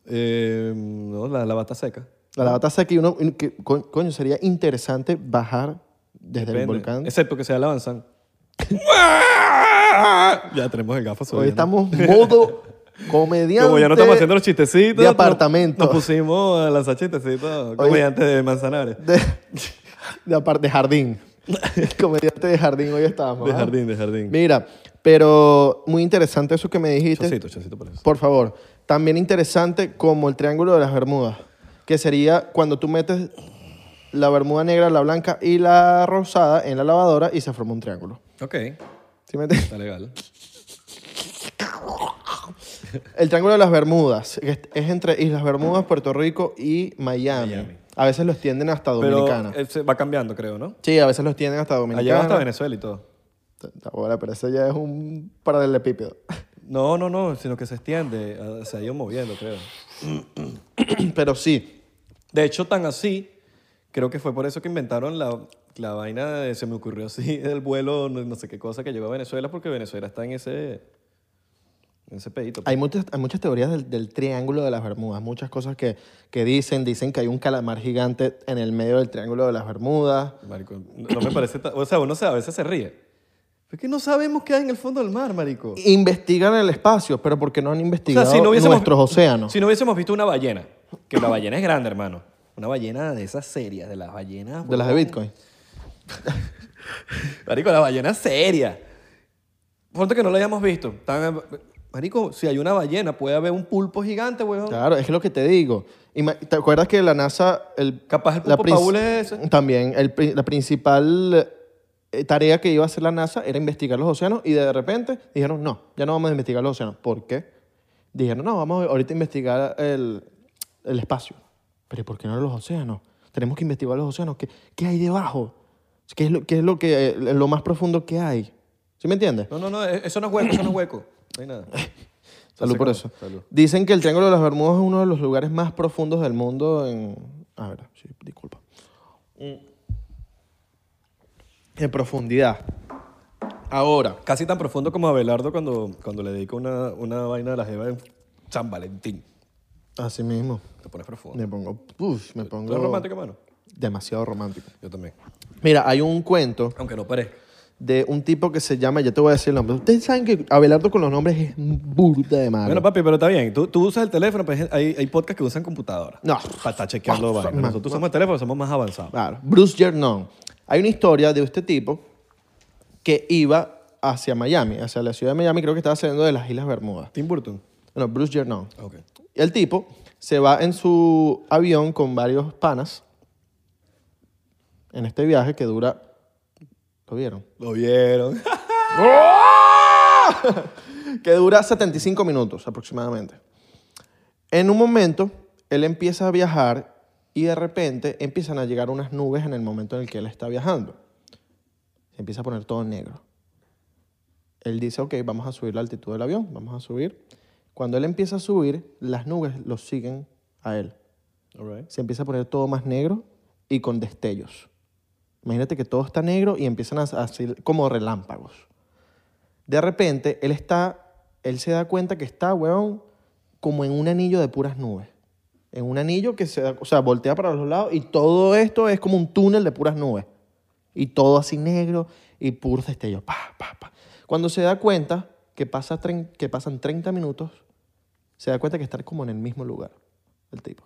[SPEAKER 2] Eh, no, la lava está seca.
[SPEAKER 1] La lava está seca y uno... y que, co- coño, sería interesante bajar desde el
[SPEAKER 2] Depende.
[SPEAKER 1] volcán.
[SPEAKER 2] Excepto que sea la avanzan. ya tenemos el gafo subiendo.
[SPEAKER 1] Hoy estamos modo comediante.
[SPEAKER 2] Como ya no estamos haciendo los chistecitos.
[SPEAKER 1] de
[SPEAKER 2] no-
[SPEAKER 1] apartamento.
[SPEAKER 2] Nos pusimos a lanzar chistecitos comediantes de Manzanares.
[SPEAKER 1] De, de, apar- de jardín. comediante de jardín hoy estábamos.
[SPEAKER 2] De
[SPEAKER 1] ¿ah?
[SPEAKER 2] jardín, de jardín.
[SPEAKER 1] Mira, pero muy interesante eso que me dijiste.
[SPEAKER 2] Chocito, chocito por eso.
[SPEAKER 1] Por favor, también interesante como el triángulo de las Bermudas, que sería cuando tú metes la Bermuda negra, la blanca y la rosada en la lavadora y se forma un triángulo.
[SPEAKER 2] Ok,
[SPEAKER 1] ¿Sí me entiendes?
[SPEAKER 2] está legal.
[SPEAKER 1] El triángulo de las Bermudas que es es entre Islas Bermudas, Puerto Rico y Miami.
[SPEAKER 2] Miami.
[SPEAKER 1] A veces los tienden hasta Dominicana.
[SPEAKER 2] Pero eh, se va cambiando, creo, ¿no?
[SPEAKER 1] sí, a veces los tienden hasta
[SPEAKER 2] Ha
[SPEAKER 1] Dominicana.
[SPEAKER 2] llegado hasta Venezuela y todo.
[SPEAKER 1] Ta- Ahora, pero eso ya es un paralelepípedo.
[SPEAKER 2] No, no, no, sino que se extiende, eh, se ha ido moviendo, creo.
[SPEAKER 1] pero sí,
[SPEAKER 2] De hecho, tan así Creo que fue por eso que inventaron la, la vaina, de- se me ocurrió así, del vuelo, no, no sé qué cosa, que llegó a Venezuela, porque Venezuela está en ese, en ese pedito. pues.
[SPEAKER 1] Hay muchas, hay muchas teorías del, del triángulo de las Bermudas, muchas cosas que, que dicen. Dicen que hay un calamar gigante en el medio del triángulo de las Bermudas.
[SPEAKER 2] Marico, no no me parece... ta- O sea, uno se- a veces se ríe. Es que no sabemos qué hay en el fondo del mar, marico.
[SPEAKER 1] Investigan el espacio, pero ¿por qué no han
[SPEAKER 2] O sea,
[SPEAKER 1] investigado
[SPEAKER 2] si no hubiésemos-
[SPEAKER 1] nuestros océanos?
[SPEAKER 2] Si no hubiésemos visto una ballena, que la ballena es grande, hermano. Una ballena de esas serias, de las ballenas.
[SPEAKER 1] de las de
[SPEAKER 2] huevón.
[SPEAKER 1] Bitcoin.
[SPEAKER 2] Marico, la ballena es seria. Ponte que no la hayamos visto. Tan- Marico, si hay una ballena, puede haber un pulpo gigante, weón.
[SPEAKER 1] Claro, es lo que te digo. Ima- ¿Te acuerdas que la NASA... El,
[SPEAKER 2] Capaz el
[SPEAKER 1] la
[SPEAKER 2] pulpo
[SPEAKER 1] princi-
[SPEAKER 2] paúl es ese.
[SPEAKER 1] También. el pri- la principal eh, tarea que iba a hacer la NASA era investigar los océanos y de repente dijeron, no, ya no vamos a investigar los océanos. ¿Por qué? Dijeron, no, vamos ahorita a investigar el, el espacio. Pero ¿y ¿por qué no los océanos? Tenemos que investigar los océanos. ¿Qué, qué hay debajo? ¿Qué es, lo, qué es lo, que, eh, lo más profundo que hay? ¿Sí me entiendes?
[SPEAKER 2] No, no, no, eh, eso no es hueco, eso no es hueco. No hay nada.
[SPEAKER 1] Salud
[SPEAKER 2] Así
[SPEAKER 1] por
[SPEAKER 2] como-
[SPEAKER 1] eso.
[SPEAKER 2] salud.
[SPEAKER 1] Dicen que el Triángulo de las Bermudas es uno de los lugares más profundos del mundo en... A ver, sí, disculpa. En profundidad. Ahora,
[SPEAKER 2] Casi tan profundo como Abelardo cuando, cuando le dedico una, una vaina a la jeva en San Valentín.
[SPEAKER 1] así mismo,
[SPEAKER 2] Te pones profundo.
[SPEAKER 1] me pongo... Uf, me
[SPEAKER 2] ¿Tú
[SPEAKER 1] pongo...
[SPEAKER 2] eres romántico, hermano?
[SPEAKER 1] Demasiado romántico.
[SPEAKER 2] Yo también.
[SPEAKER 1] Mira, hay un cuento
[SPEAKER 2] Aunque no parezca.
[SPEAKER 1] de un tipo que se llama... Ya te voy a decir el nombre. Ustedes saben que Abelardo con los nombres es burda de madre.
[SPEAKER 2] Bueno, papi, pero está bien. Tú, tú usas el teléfono, pero hay, hay podcasts que usan computadora.
[SPEAKER 1] No. Ah,
[SPEAKER 2] Para estar chequeando vainas.
[SPEAKER 1] man.
[SPEAKER 2] Nosotros usamos el teléfono, somos más avanzados.
[SPEAKER 1] Claro, Bruce Jernon. Hay una historia de este tipo que iba hacia Miami, hacia la ciudad de Miami, creo que estaba saliendo de las Islas Bermudas.
[SPEAKER 2] Tim Burton.
[SPEAKER 1] No, Bruce Jernon.
[SPEAKER 2] Ok.
[SPEAKER 1] Y el tipo se va en su avión con varios panas en este viaje que dura... ¿Lo vieron?
[SPEAKER 2] Lo vieron.
[SPEAKER 1] ¡Oh! que dura 75 minutos aproximadamente. En un momento, él empieza a viajar y de repente empiezan a llegar unas nubes en el momento en el que él está viajando. Se empieza a poner todo negro. Él dice, ok, vamos a subir la altitud del avión, vamos a subir. Cuando él empieza a subir, las nubes lo siguen a él.
[SPEAKER 2] All right.
[SPEAKER 1] Se empieza a poner todo más negro y con destellos. Imagínate que todo está negro y empiezan a a hacer como relámpagos. De repente, él está, él se da cuenta que está, weón, como en un anillo de puras nubes. En un anillo que se, da- o sea, voltea para los lados y todo esto es como un túnel de puras nubes. Y todo así negro y puros destellos. Pa, pa, pa. Cuando se da cuenta que, pasa tren- que pasan 30 minutos, se da cuenta que está como en el mismo lugar, el tipo.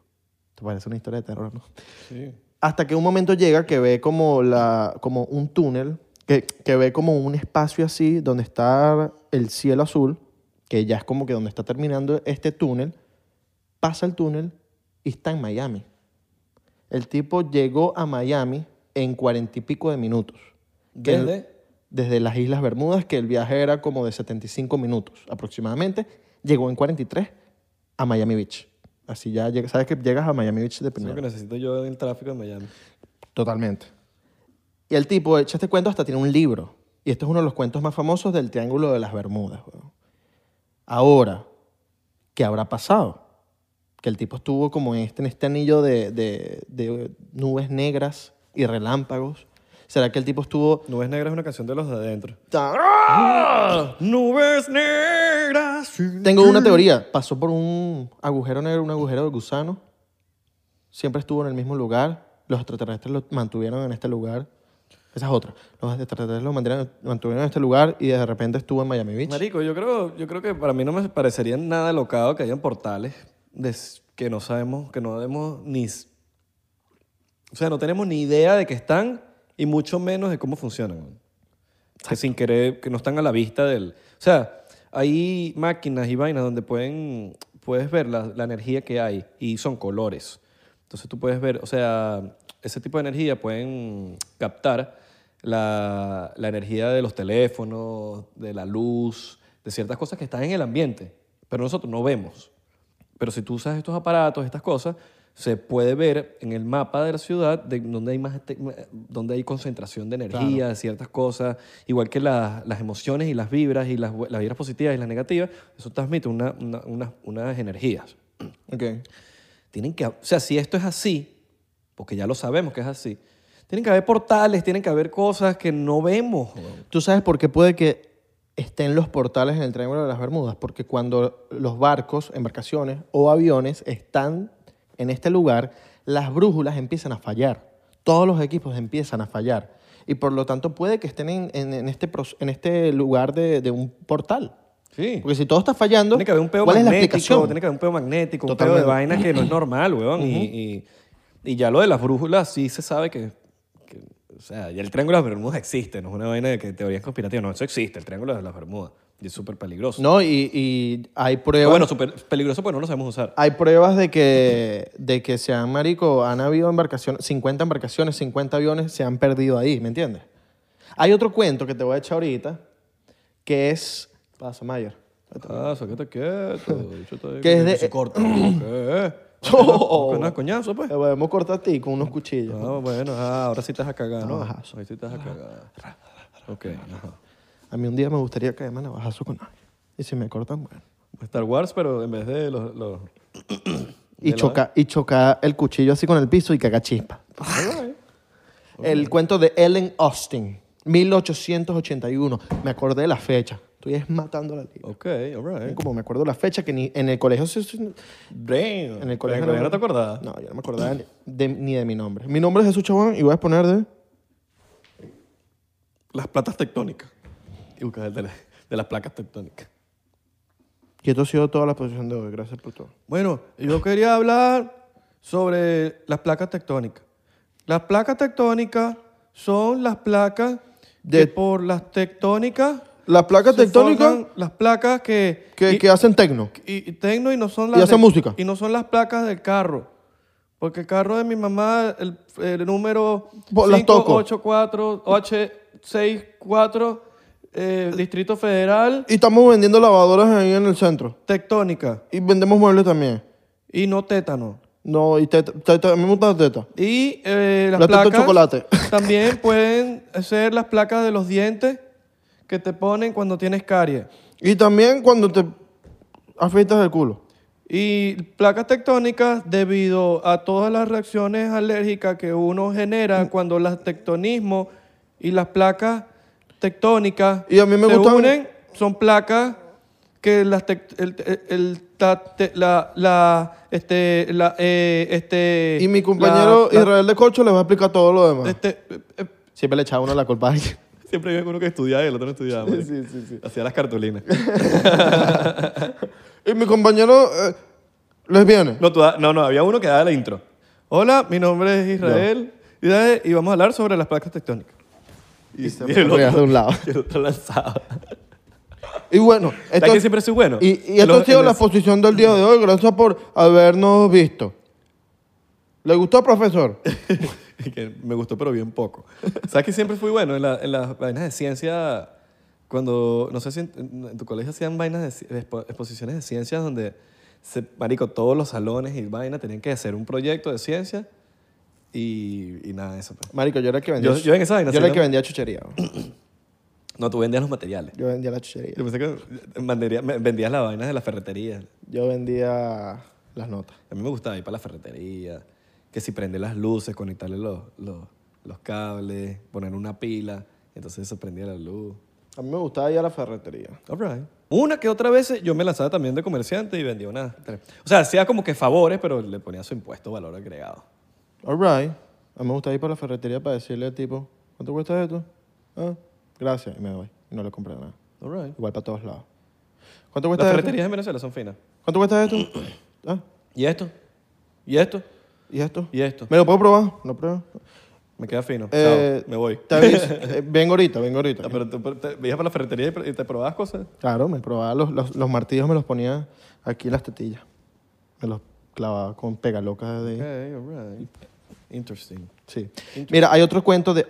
[SPEAKER 1] Te parece una historia de terror, ¿no?
[SPEAKER 2] Sí.
[SPEAKER 1] Hasta que un momento llega que ve como, la, como un túnel, que, que ve como un espacio así donde está el cielo azul, que ya es como que donde está terminando este túnel. Pasa el túnel y está en Miami. El tipo llegó a Miami en cuarenta y pico de minutos. Que él-
[SPEAKER 2] ¿Desde?
[SPEAKER 1] desde las Islas Bermudas, que el viaje era como de 75 minutos aproximadamente. Llegó en 43 a Miami Beach. Así ya, llega- sabes que llegas a Miami Beach de
[SPEAKER 2] Eso es
[SPEAKER 1] primero.
[SPEAKER 2] lo que necesito yo en el tráfico de Miami.
[SPEAKER 1] Totalmente. Y el tipo, echa este cuento, hasta tiene un libro. Y esto es uno de los cuentos más famosos del Triángulo de las Bermudas. weón. Ahora, ¿qué habrá pasado? Que el tipo estuvo como en este, en este anillo de, de- de nubes negras y relámpagos. ¿Será que el tipo estuvo...
[SPEAKER 2] Nubes Negras es una canción de los de adentro.
[SPEAKER 1] ¡Ah!
[SPEAKER 2] Nubes Negras.
[SPEAKER 1] Tengo una teoría. Pasó por un agujero negro, un agujero de gusano. Siempre estuvo en el mismo lugar. Los extraterrestres lo mantuvieron en este lugar. Esa es otra. Los extraterrestres lo mantuvieron, mantuvieron en este lugar y de repente estuvo en Miami Beach.
[SPEAKER 2] Marico, yo creo, yo creo que para mí no me parecería nada locado que hayan portales de s- que no sabemos, que no demos ni... s- O sea, no tenemos ni idea de que están y mucho menos de cómo funcionan. Que sin querer, que no están a la vista del... O sea, hay máquinas y vainas donde pueden, puedes ver la, la energía que hay y son colores. Entonces tú puedes ver, o sea, ese tipo de energía pueden captar la, la energía de los teléfonos, de la luz, de ciertas cosas que están en el ambiente, pero nosotros no vemos. Pero si tú usas estos aparatos, estas cosas, se puede ver en el mapa de la ciudad de donde hay más te- donde hay concentración de energía, de ciertas cosas, igual que las- las emociones y las vibras y las, bu- las vibras positivas y las negativas, eso transmite una- una- una- unas energías.
[SPEAKER 1] Ok.
[SPEAKER 2] Tienen que, o sea, si esto es así, porque ya lo sabemos que es así. Tienen que haber portales, tienen que haber cosas que no vemos. weón.
[SPEAKER 1] ¿Tú sabes por qué puede que estén los portales en el Triángulo de las Bermudas? Porque cuando los barcos, embarcaciones o aviones están en este lugar, las brújulas empiezan a fallar. Todos los equipos empiezan a fallar. Y por lo tanto puede que estén en, en- en este, pros- en este lugar de, de un portal.
[SPEAKER 2] Sí.
[SPEAKER 1] Porque si todo está fallando,
[SPEAKER 2] Tiene que haber un peo
[SPEAKER 1] ¿cuál es la
[SPEAKER 2] magnético,
[SPEAKER 1] explicación?
[SPEAKER 2] tiene que haber un peo magnético, un peo de
[SPEAKER 1] Totalmente.
[SPEAKER 2] vaina que no es normal, weón. Y- y, y ya lo de las brújulas sí se sabe que, que- o sea, ya el Triángulo de las Bermudas existe, no es una vaina de que teorías conspirativas, no, eso existe, el Triángulo de las Bermudas, y es súper peligroso.
[SPEAKER 1] No, y, y hay
[SPEAKER 2] Pero
[SPEAKER 1] pruebas.
[SPEAKER 2] bueno, súper peligroso porque no lo sabemos usar.
[SPEAKER 1] Hay pruebas de que, de que se han, marico, han habido embarcaciones, 50 embarcaciones, 50 aviones se han perdido ahí, ¿me entiendes? Hay otro cuento que te voy a echar ahorita, que es, pasa Mayer,
[SPEAKER 2] Ah, sácate quieto, bicho, está ahí
[SPEAKER 1] Que es de- eh,
[SPEAKER 2] se corta. ¿Qué?
[SPEAKER 1] Oh.
[SPEAKER 2] Con unas coñazo, pues.
[SPEAKER 1] te podemos cortar a ti con unos cuchillos.
[SPEAKER 2] Ah, bueno, ah, ahora sí estás a cagar, ¿no?
[SPEAKER 1] Ajá.
[SPEAKER 2] Ahí sí estás a cagar. Ok, ajá.
[SPEAKER 1] A mí un día me gustaría caerme a navajazo con alguien. Y si me cortan, bueno.
[SPEAKER 2] Star Wars, pero en vez de los- los
[SPEAKER 1] Y chocar y choca el cuchillo así con el piso y caga chispa. El cuento de Ellen Austin, 1881. Me acordé de la fecha. Estoy es matando la liga.
[SPEAKER 2] Ok, alright.
[SPEAKER 1] Como me acuerdo la fecha que ni en el colegio se- se-
[SPEAKER 2] Damn.
[SPEAKER 1] en el colegio
[SPEAKER 2] no, te acordabas.
[SPEAKER 1] No, yo no me acordaba ni de, ni de mi nombre. Mi nombre es Jesús Chabón y voy a exponer de
[SPEAKER 2] Las platas tectónicas. Y buscas el de, la- de las placas tectónicas.
[SPEAKER 1] que esto ha sido toda la posición de hoy. Gracias por todo.
[SPEAKER 2] Bueno, yo quería hablar sobre las placas tectónicas. Las placas tectónicas son las placas
[SPEAKER 1] De-
[SPEAKER 2] que por las tectónicas.
[SPEAKER 1] Las placas
[SPEAKER 2] se
[SPEAKER 1] tectónicas-
[SPEAKER 2] forman Las placas que.
[SPEAKER 1] ¿Qué,
[SPEAKER 2] y-
[SPEAKER 1] qué hacen tecno?
[SPEAKER 2] y, y tecno y no son
[SPEAKER 1] Y
[SPEAKER 2] las
[SPEAKER 1] hacen música.
[SPEAKER 2] y no son las placas del carro porque el carro de mi mamá el, el número
[SPEAKER 1] Bo- Pues las toco.
[SPEAKER 2] 584 864 eh, Distrito Federal
[SPEAKER 1] Y estamos vendiendo lavadoras ahí en el centro.
[SPEAKER 2] tectónica
[SPEAKER 1] Y vendemos muebles también.
[SPEAKER 2] y no tétano
[SPEAKER 1] No, y teta, teta, a mí me gusta la teta.
[SPEAKER 2] y eh, las
[SPEAKER 1] La teta de
[SPEAKER 2] placas
[SPEAKER 1] chocolate.
[SPEAKER 2] también pueden ser las placas de los dientes que te ponen cuando tienes caries
[SPEAKER 1] Y también cuando te afeitas el culo.
[SPEAKER 2] Y placas tectónicas, debido a todas las reacciones alérgicas que uno
[SPEAKER 1] Mm.
[SPEAKER 2] genera cuando las tectonismos y las placas tectónicas
[SPEAKER 1] Y a mí me
[SPEAKER 2] se
[SPEAKER 1] gustan-
[SPEAKER 2] unen, son placas que las tec- el, el- el ta- te- la, la- este, la, eh, este,
[SPEAKER 1] Y mi compañero
[SPEAKER 2] la- la-
[SPEAKER 1] Israel de Cocho les va a explicar todo lo demás.
[SPEAKER 2] este, eh, eh,
[SPEAKER 1] Siempre le echaba uno la culpa a alguien.
[SPEAKER 2] siempre había uno que estudiaba y el otro no estudiaba. marico. Hacía las cartulinas.
[SPEAKER 1] Y mi compañero eh, les viene.
[SPEAKER 2] No, tú da- no, no, había uno que daba la intro. Hola, mi nombre es Israel Israel, y vamos a hablar sobre las placas tectónicas. Y,
[SPEAKER 1] se ponía de un lado.
[SPEAKER 2] y el otro lanzaba.
[SPEAKER 1] Y bueno, esto,
[SPEAKER 2] que siempre soy bueno.
[SPEAKER 1] Y, y esto
[SPEAKER 2] Los-
[SPEAKER 1] ha sido
[SPEAKER 2] en
[SPEAKER 1] la
[SPEAKER 2] el-
[SPEAKER 1] posición del día de hoy. Gracias por habernos visto. ¿Le gustó, profesor?
[SPEAKER 2] Y que me gustó, pero bien poco. ¿Sabes que siempre fui bueno en, la- en las vainas de ciencia? Cuando, no sé si en, en tu colegio hacían vainas de, ci- de expo- exposiciones de ciencias donde, se, marico, todos los salones y vainas tenían que hacer un proyecto de ciencia y, y nada de eso. pues.
[SPEAKER 1] Marico, yo era el que vendía.
[SPEAKER 2] Yo- yo en esa vaina,
[SPEAKER 1] yo era el
[SPEAKER 2] sí,
[SPEAKER 1] que
[SPEAKER 2] ¿no?
[SPEAKER 1] vendía chuchería. bro.
[SPEAKER 2] No, tú vendías los materiales.
[SPEAKER 1] Yo vendía la chuchería.
[SPEAKER 2] Yo pensé que mandaría- me- vendías las vainas de la ferretería.
[SPEAKER 1] Yo vendía las notas.
[SPEAKER 2] A mí me gustaba ir para la ferretería, que si prender las luces, conectarle los, los, los cables, poner una pila, entonces eso prendía la luz.
[SPEAKER 1] A mí me gustaba ir a la ferretería.
[SPEAKER 2] All right. Una que otra vez yo me lanzaba también de comerciante y vendía una... O sea, hacía como que favores, pero le ponía su impuesto valor agregado.
[SPEAKER 1] All right. A mí me gusta ir para la ferretería para decirle al tipo, ¿cuánto cuesta esto? Ah, gracias. Y me voy. Y no le compré nada.
[SPEAKER 2] All right.
[SPEAKER 1] Igual para todos lados. ¿Cuánto
[SPEAKER 2] Las
[SPEAKER 1] cuesta esto?
[SPEAKER 2] ferreterías en Venezuela son finas.
[SPEAKER 1] ¿Cuánto cuesta esto? Ah,
[SPEAKER 2] ¿Y esto? ¿Y esto?
[SPEAKER 1] ¿y esto?
[SPEAKER 2] ¿Y esto?
[SPEAKER 1] ¿Me lo puedo probar? No pruebo.
[SPEAKER 2] Me queda fino.
[SPEAKER 1] Eh,
[SPEAKER 2] Chao, me voy.
[SPEAKER 1] Te aviso. Eh, vengo ahorita, vengo ahorita.
[SPEAKER 2] Ah, Pero tú pero te, veías para la ferretería y pr- y te probabas cosas.
[SPEAKER 1] Claro, me probaba los, los, los martillos, me los ponía aquí en las tetillas. Me los clavaba con pegalocas de...
[SPEAKER 2] Okay, all right. Interesting.
[SPEAKER 1] Sí. Mira, hay otro cuento de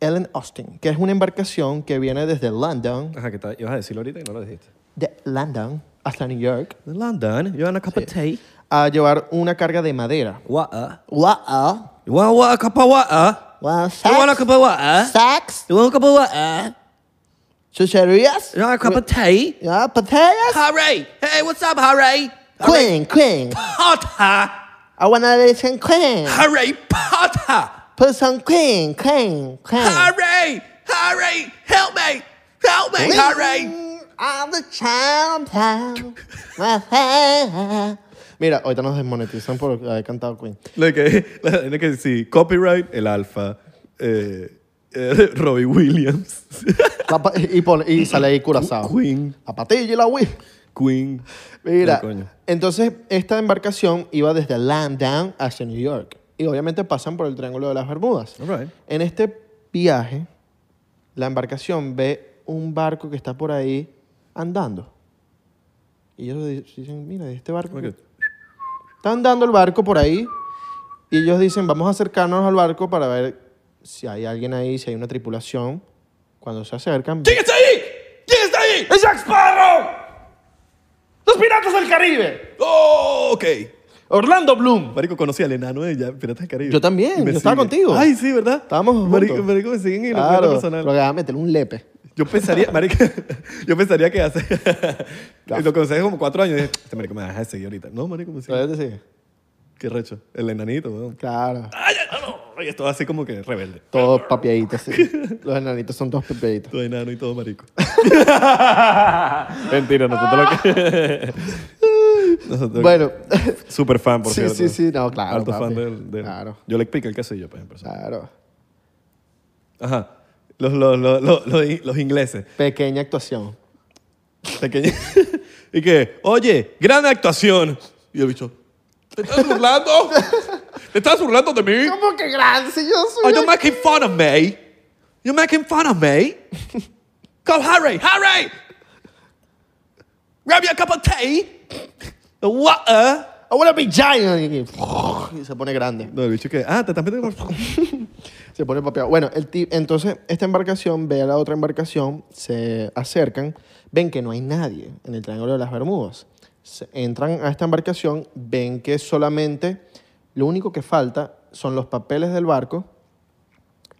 [SPEAKER 1] Ellen Austin, que es una embarcación que viene desde London
[SPEAKER 2] Ajá, que te ibas a decirlo ahorita y no lo dijiste.
[SPEAKER 1] de London hasta New York
[SPEAKER 2] De London, yo en a cup of tea.
[SPEAKER 1] a llevar una carga de madera.
[SPEAKER 2] Wa'a.
[SPEAKER 1] Wow.
[SPEAKER 2] You want a cup of wa'a?
[SPEAKER 1] Wow.
[SPEAKER 2] You want a cup of wa'a?
[SPEAKER 1] Sacks.
[SPEAKER 2] You want a cup of wa'a?
[SPEAKER 1] Chucherías. Ah,
[SPEAKER 2] You want a cup of tea?
[SPEAKER 1] Ya, Patatas.
[SPEAKER 2] Hooray! Hey, what's up, hooray?
[SPEAKER 1] Queen, Queen.
[SPEAKER 2] Hot, huh?
[SPEAKER 1] I wanna listen queen.
[SPEAKER 4] Harry Potter.
[SPEAKER 1] Put some queen, queen, queen.
[SPEAKER 4] Harry, Harry, help me, help me, Harry.
[SPEAKER 1] I'm the champion. my friend. Mira, ahorita nos desmonetizan por haber cantado Queen.
[SPEAKER 4] Lo que, la vaina que sí, copyright, el alfa, eh, eh, Robbie Williams,
[SPEAKER 1] La pa- y, pone- y sale ahí curazao.
[SPEAKER 4] Queen.
[SPEAKER 1] La patilla y la Wii.
[SPEAKER 4] Queen.
[SPEAKER 1] Mira,
[SPEAKER 4] No, coño.
[SPEAKER 1] entonces esta embarcación iba desde Landown hacia New York. Y obviamente pasan por el Triángulo de las Bermudas.
[SPEAKER 4] All right.
[SPEAKER 1] En este viaje, la embarcación ve un barco que está por ahí andando. Y ellos di- dicen, mira, este barco...
[SPEAKER 4] Ok.
[SPEAKER 1] Está andando el barco por ahí. Y ellos dicen, vamos a acercarnos al barco para ver si hay alguien ahí, si hay una tripulación. Cuando se acercan...
[SPEAKER 2] ¿Quién está ahí? ¿Quién está ahí? ¡Es Jack Sparrow!
[SPEAKER 1] ¡Los piratas del Caribe!
[SPEAKER 4] Oh, ok.
[SPEAKER 1] Orlando Bloom.
[SPEAKER 4] Marico, conocí al enano de ya- Piratas del Caribe.
[SPEAKER 1] Yo también,
[SPEAKER 4] Y me
[SPEAKER 1] yo estaba contigo.
[SPEAKER 4] Ay, sí, ¿verdad?
[SPEAKER 1] Estábamos
[SPEAKER 4] Marico,
[SPEAKER 1] juntos.
[SPEAKER 4] marico, me siguen en la cuenta
[SPEAKER 1] Claro,
[SPEAKER 4] personal.
[SPEAKER 1] pero que va a meterle un lepe.
[SPEAKER 4] Yo pensaría, marico, yo pensaría que hace... Lo conocí hace como cuatro años y dije, este marico me deja de seguir ahorita. No, marico, me sigue.
[SPEAKER 1] Todavía te sigue.
[SPEAKER 4] Qué recho. El enanito, weón.
[SPEAKER 1] Claro,
[SPEAKER 4] Ay, ay, no. Ay, esto así como que rebelde.
[SPEAKER 1] todos papiaditos, sí. Los enanitos son todos papiaditos.
[SPEAKER 4] Todo enano y todo marico.
[SPEAKER 6] Mentira, nosotros lo que...
[SPEAKER 4] Nosotros-
[SPEAKER 1] Bueno,
[SPEAKER 4] Súper fan, por
[SPEAKER 1] Sí,
[SPEAKER 4] cierto.
[SPEAKER 1] sí, sí, no, claro,
[SPEAKER 4] Alto
[SPEAKER 1] papi.
[SPEAKER 4] fan del, del-
[SPEAKER 1] Claro.
[SPEAKER 4] Yo le pico el quesillo, por ejemplo.
[SPEAKER 1] claro. Ah.
[SPEAKER 4] Ajá. Los, los, los, los, los, los ingleses.
[SPEAKER 1] Pequeña actuación.
[SPEAKER 4] Pequeño. y que, oye, gran actuación. Y el bicho,
[SPEAKER 2] ¿Te estás burlando? ¿Te estás burlando de mí?
[SPEAKER 1] ¿Cómo que gran? Si yo
[SPEAKER 4] oh,
[SPEAKER 1] soy...
[SPEAKER 4] you're making fun of me. You're making fun of me. Call Harry, Harry. Grab you a cup of tea. The water.
[SPEAKER 1] I wanna be giant. Y se pone grande.
[SPEAKER 4] No, el bicho que, ah, te estás metiendo con...
[SPEAKER 1] Se pone papeado. Bueno, el ti- entonces esta embarcación ve a la otra embarcación, se acercan, ven que no hay nadie en el Triángulo de las Bermudas. Se- entran a esta embarcación, ven que solamente lo único que falta son los papeles del barco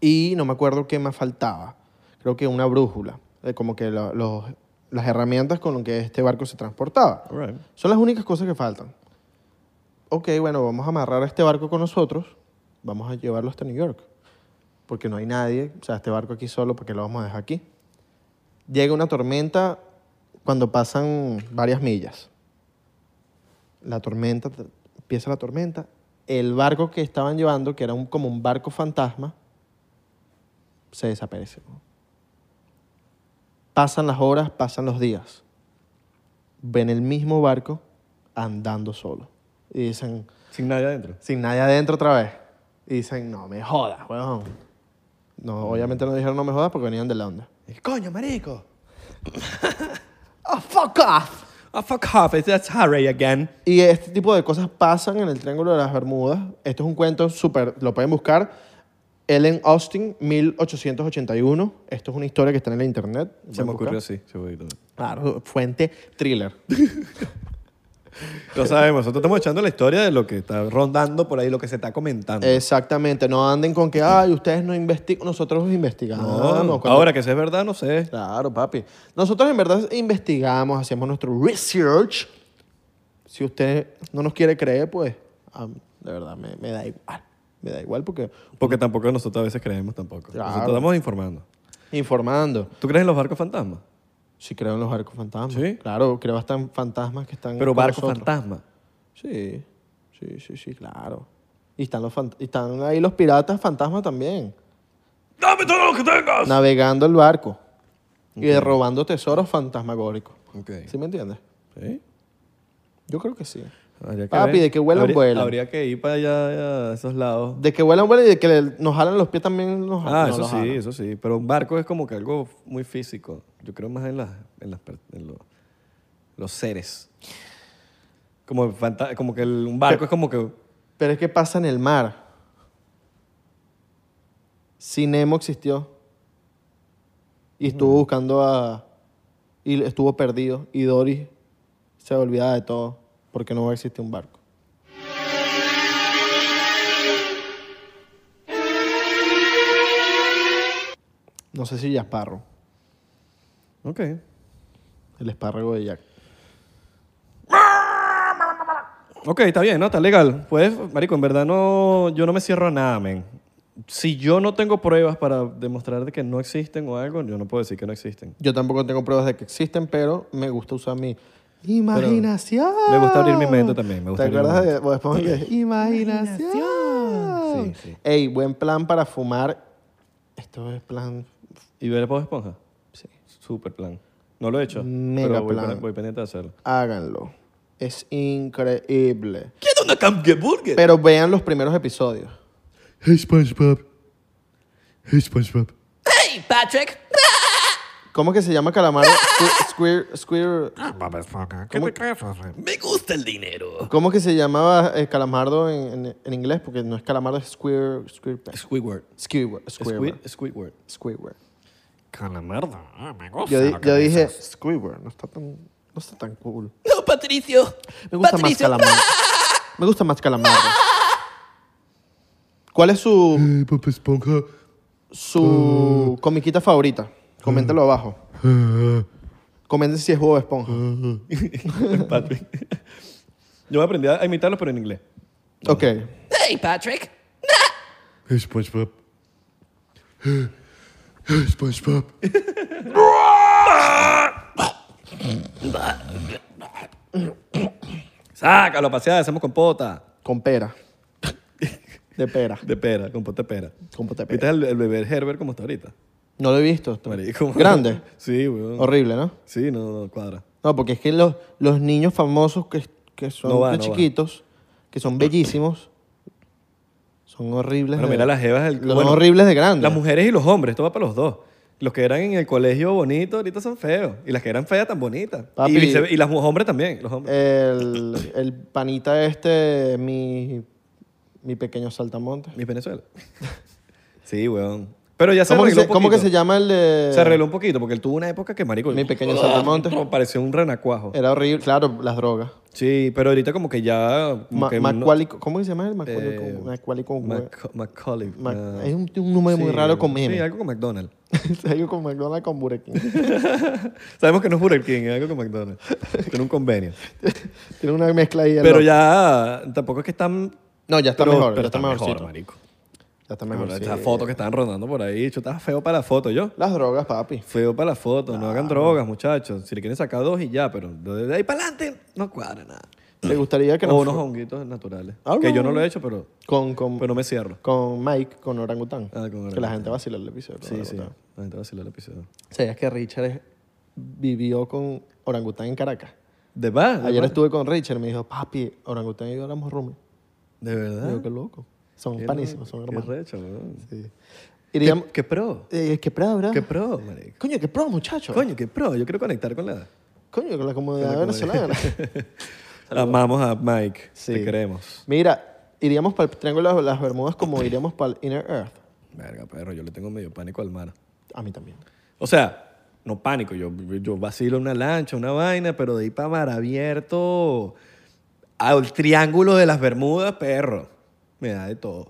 [SPEAKER 1] y no me acuerdo qué más faltaba. Creo que una brújula, eh, como que la- los- las herramientas con las que este barco se transportaba.
[SPEAKER 4] All right.
[SPEAKER 1] Son las únicas cosas que faltan. Ok, bueno, vamos a amarrar a este barco con nosotros. Vamos a llevarlo hasta New York. Porque no hay nadie. O sea, este barco aquí solo, porque lo vamos a dejar aquí? Llega una tormenta cuando pasan varias millas. La tormenta, empieza la tormenta. El barco que estaban llevando, que era un- como un barco fantasma, se desaparece. Pasan las horas, pasan los días ven el mismo barco andando solo. Y dicen,
[SPEAKER 4] Sin nadie adentro.
[SPEAKER 1] sin nadie adentro otra vez. Y dicen, no me jodas, weón. No, obviamente no dijeron no me jodas porque venían de la onda.
[SPEAKER 4] Eh, Coño, marico.
[SPEAKER 1] ¡Oh, fuck off!
[SPEAKER 4] Oh, fuck off. It's, that's Harry again.
[SPEAKER 1] Y este tipo de cosas pasan en el Triángulo de las Bermudas. Esto es un cuento súper, lo pueden buscar. Ellen Austin, 1881. Esto es una historia que está en la internet.
[SPEAKER 4] Se me
[SPEAKER 1] Pueden
[SPEAKER 4] ocurrió
[SPEAKER 1] buscar.
[SPEAKER 4] así. se me ocurrió.
[SPEAKER 1] Claro, fuente thriller.
[SPEAKER 4] Lo sabemos. Nosotros estamos echando la historia de lo que está rondando por ahí, lo que se está comentando.
[SPEAKER 1] Exactamente, no anden con que, ay, ustedes no investigan, nosotros investigamos.
[SPEAKER 4] No,
[SPEAKER 1] Cuando-
[SPEAKER 4] ahora que eso es verdad, no sé.
[SPEAKER 1] Claro, papi. Nosotros en verdad investigamos, hacemos nuestro research. Si usted no nos quiere creer, pues am, de verdad me, me da igual. Me da igual porque
[SPEAKER 4] Porque tampoco nosotros a veces creemos tampoco.
[SPEAKER 1] Claro.
[SPEAKER 4] Nosotros estamos informando.
[SPEAKER 1] informando.
[SPEAKER 4] ¿Tú crees en los barcos fantasmas?
[SPEAKER 1] Si creo en los barcos fantasmas.
[SPEAKER 4] ¿Sí?
[SPEAKER 1] Claro, creo hasta en fantasmas que están.
[SPEAKER 4] Pero
[SPEAKER 1] con
[SPEAKER 4] barcos
[SPEAKER 1] nosotros.
[SPEAKER 4] fantasmas.
[SPEAKER 1] Sí, sí, sí, sí, claro. Y están, los fan- y están ahí los piratas fantasmas también,
[SPEAKER 2] ¡Dame todo lo que tengas!
[SPEAKER 1] navegando el barco y robando tesoros fantasmagóricos.
[SPEAKER 4] Ok.
[SPEAKER 1] ¿Sí me entiendes?
[SPEAKER 4] ¿Sí?
[SPEAKER 1] Yo creo que sí.
[SPEAKER 4] Habría que
[SPEAKER 1] Papi,
[SPEAKER 4] ver.
[SPEAKER 1] de que vuelan,
[SPEAKER 4] habría,
[SPEAKER 1] vuelan.
[SPEAKER 4] Habría que ir para allá, allá, a esos lados.
[SPEAKER 1] De que vuelan, vuelan y de que le- nos jalan los pies también nos
[SPEAKER 4] Ah,
[SPEAKER 1] nos
[SPEAKER 4] eso
[SPEAKER 1] los
[SPEAKER 4] sí,
[SPEAKER 1] jalan.
[SPEAKER 4] eso sí. Pero un barco es como que algo muy físico. Yo creo más en, las, en, las per- en los- los seres. Como, el fanta- como que el- un barco es como que...
[SPEAKER 1] Pero es que pasa en el mar. Si Nemo existió y estuvo buscando a. y estuvo perdido y Doris se olvidaba de todo porque no va a existir un barco. No sé si ya esparro,
[SPEAKER 4] Ok.
[SPEAKER 1] el espárrago de Jack.
[SPEAKER 4] Ok, está bien, ¿no? Está legal. Pues, marico, en verdad no, yo no me cierro a nada, men. Si yo no tengo pruebas para demostrar de que no existen o algo, yo no puedo decir que no existen.
[SPEAKER 1] Yo tampoco tengo pruebas de que existen, pero me gusta usar mi imaginación.
[SPEAKER 4] me gusta abrir mi mente también, me
[SPEAKER 1] ¿Te
[SPEAKER 4] gusta abrir mi
[SPEAKER 1] acuerdas de
[SPEAKER 4] mente.
[SPEAKER 1] Bob Esponja? Imaginación.
[SPEAKER 4] Sí, sí.
[SPEAKER 1] Ey, buen plan para fumar. Esto es plan
[SPEAKER 4] ¿Y ver Bob Esponja? Sí. Súper plan. No lo he hecho,
[SPEAKER 1] Mega
[SPEAKER 4] pero voy,
[SPEAKER 1] plan.
[SPEAKER 4] pen- voy pendiente de hacerlo.
[SPEAKER 1] Háganlo. Es increíble.
[SPEAKER 4] ¿Qué es una Burger?
[SPEAKER 1] Pero vean los primeros episodios.
[SPEAKER 7] Hey SpongeBob. Hey SpongeBob.
[SPEAKER 1] ¿Cómo que se llama Calamaro? Squir, squir,
[SPEAKER 4] Ah,
[SPEAKER 5] ¿Qué te crees, Alfred?
[SPEAKER 8] Me gusta el dinero.
[SPEAKER 1] ¿Cómo que se llamaba eh, Calamardo en, en- en inglés? Porque no es Calamardo, es Squir... Squir,
[SPEAKER 4] Squidward.
[SPEAKER 1] Squidward. Squidward.
[SPEAKER 4] Squid- Squidward.
[SPEAKER 1] Squidward.
[SPEAKER 5] Calamardo. Ah, me gusta.
[SPEAKER 1] Yo, di-
[SPEAKER 5] lo que
[SPEAKER 1] yo dije...
[SPEAKER 5] dices.
[SPEAKER 1] Squidward, no está tan... No está tan cool.
[SPEAKER 9] No, Patricio.
[SPEAKER 1] Me gusta
[SPEAKER 9] Patricio.
[SPEAKER 1] más Calamardo. Me gusta más Calamardo. ¿Cuál es su,
[SPEAKER 7] Hey Bob Esponja.
[SPEAKER 1] su comiquita favorita? Coméntalo abajo. Comenten si es Bob Esponja.
[SPEAKER 4] Patrick. Yo me aprendí a imitarlo, pero en inglés.
[SPEAKER 1] Ok.
[SPEAKER 9] Hey, Patrick.
[SPEAKER 7] Hey SpongeBob. Hey, Hey SpongeBob.
[SPEAKER 4] Sácalo, paseada, hacemos compota.
[SPEAKER 1] Con pera. De pera.
[SPEAKER 4] De pera, compota de pera.
[SPEAKER 1] Compota de pera.
[SPEAKER 4] ¿Viste el, el bebé Herbert como está ahorita?
[SPEAKER 1] No lo he visto.
[SPEAKER 4] Marico.
[SPEAKER 1] Grande.
[SPEAKER 4] Sí, weón.
[SPEAKER 1] Horrible, ¿no?
[SPEAKER 4] Sí, no, no, cuadra.
[SPEAKER 1] No, porque es que los, los niños famosos que, que son
[SPEAKER 4] No va,
[SPEAKER 1] de
[SPEAKER 4] no va.
[SPEAKER 1] chiquitos, que son bellísimos, son horribles.
[SPEAKER 4] Bueno,
[SPEAKER 1] de-
[SPEAKER 4] mira las jevas. del-
[SPEAKER 1] Los
[SPEAKER 4] bueno,
[SPEAKER 1] horribles de grandes.
[SPEAKER 4] Las mujeres y los hombres, esto va para los dos. Los que eran en el colegio bonito ahorita son feos. Y las que eran feas tan bonitas.
[SPEAKER 1] Papi.
[SPEAKER 4] Y, vice- y las mu- hombres también, los hombres.
[SPEAKER 1] El, el panita este, mi, mi pequeño saltamontes.
[SPEAKER 4] Mis Venezuela. sí, weón. Pero ya se
[SPEAKER 1] ¿Cómo, que
[SPEAKER 4] arregló
[SPEAKER 1] se, cómo que se
[SPEAKER 4] llama?
[SPEAKER 1] llama el de...?
[SPEAKER 4] Se arregló un poquito porque él tuvo una época que marico.
[SPEAKER 1] Mi pequeño saltamontes.
[SPEAKER 4] Pareció un renacuajo.
[SPEAKER 1] Era horrible. Claro, las drogas.
[SPEAKER 4] Sí, pero ahorita como que ya... como
[SPEAKER 1] Ma-
[SPEAKER 4] que no-
[SPEAKER 1] Macaulay- ¿Cómo que se llama el Macaulay?
[SPEAKER 4] Eh,
[SPEAKER 1] Macaulay con-
[SPEAKER 4] Mac- Macaulay.
[SPEAKER 1] Ma-
[SPEAKER 4] ah.
[SPEAKER 1] hay un, un número muy
[SPEAKER 4] Sí,
[SPEAKER 1] raro con M.
[SPEAKER 4] Sí, algo con McDonald's.
[SPEAKER 1] algo con McDonald's con Burger King.
[SPEAKER 4] Sabemos que no es Burger King, es algo con McDonald's. Tiene un convenio.
[SPEAKER 1] Tiene una mezcla ahí.
[SPEAKER 4] Pero ya tampoco es que están...
[SPEAKER 1] No, ya está
[SPEAKER 4] pero-
[SPEAKER 1] mejor.
[SPEAKER 4] pero
[SPEAKER 1] ya está, mejorcito.
[SPEAKER 4] marico.
[SPEAKER 1] Ya está mejor.
[SPEAKER 4] Estas
[SPEAKER 1] sí.
[SPEAKER 4] fotos que están rondando por ahí. Yo estaba feo para la foto, yo.
[SPEAKER 1] Las drogas, papi.
[SPEAKER 4] Feo para la foto. No, hagan drogas, muchachos. Si le quieren sacar dos y ya, pero de ahí para adelante no cuadra nada.
[SPEAKER 1] ¿Te gustaría que
[SPEAKER 4] o
[SPEAKER 1] nos
[SPEAKER 4] unos
[SPEAKER 1] fu-
[SPEAKER 4] honguitos naturales.
[SPEAKER 1] Ah,
[SPEAKER 4] que yo
[SPEAKER 1] no.
[SPEAKER 4] no lo he hecho, pero,
[SPEAKER 1] con, con,
[SPEAKER 4] pero no me cierro.
[SPEAKER 1] con Mike, con Orangután.
[SPEAKER 4] Ah, con
[SPEAKER 1] Que la
[SPEAKER 4] orangután.
[SPEAKER 1] gente vacila el episodio. con
[SPEAKER 4] Sí, sí.
[SPEAKER 1] orangután.
[SPEAKER 4] La gente va a hacer el episodio.
[SPEAKER 1] ¿Sabías que Richard es- vivió con Orangután en Caracas?
[SPEAKER 4] ¿De verdad?
[SPEAKER 1] Ayer estuve con Richard y me dijo, papi, Orangután y yo éramos roomies.
[SPEAKER 4] ¿De verdad?
[SPEAKER 1] Digo, qué loco. Son
[SPEAKER 4] Ah. Qué
[SPEAKER 1] panísimos, son
[SPEAKER 4] loco, Qué
[SPEAKER 1] hermanos.
[SPEAKER 4] recho, weón.
[SPEAKER 1] Sí.
[SPEAKER 4] ¿Qué,
[SPEAKER 1] Iríamos,
[SPEAKER 4] qué pro?
[SPEAKER 1] eh, qué pro, ¿verdad?
[SPEAKER 4] ¿Qué pro, marico?
[SPEAKER 1] Coño, qué pro, muchacho.
[SPEAKER 4] Coño, qué pro. Yo quiero conectar con la...
[SPEAKER 1] Coño, con la comunidad venezolana.
[SPEAKER 4] Amamos a Mike.
[SPEAKER 1] Sí.
[SPEAKER 4] Te queremos.
[SPEAKER 1] Mira, iríamos para el Triángulo de las Bermudas como iríamos para el Inner Earth.
[SPEAKER 4] Verga, perro. Yo le tengo medio pánico al mar.
[SPEAKER 1] A mí también.
[SPEAKER 4] O sea, no pánico. Yo, yo vacilo una lancha, una vaina, pero de ahí para mar abierto al triángulo de las Bermudas, perro. Me da de todo.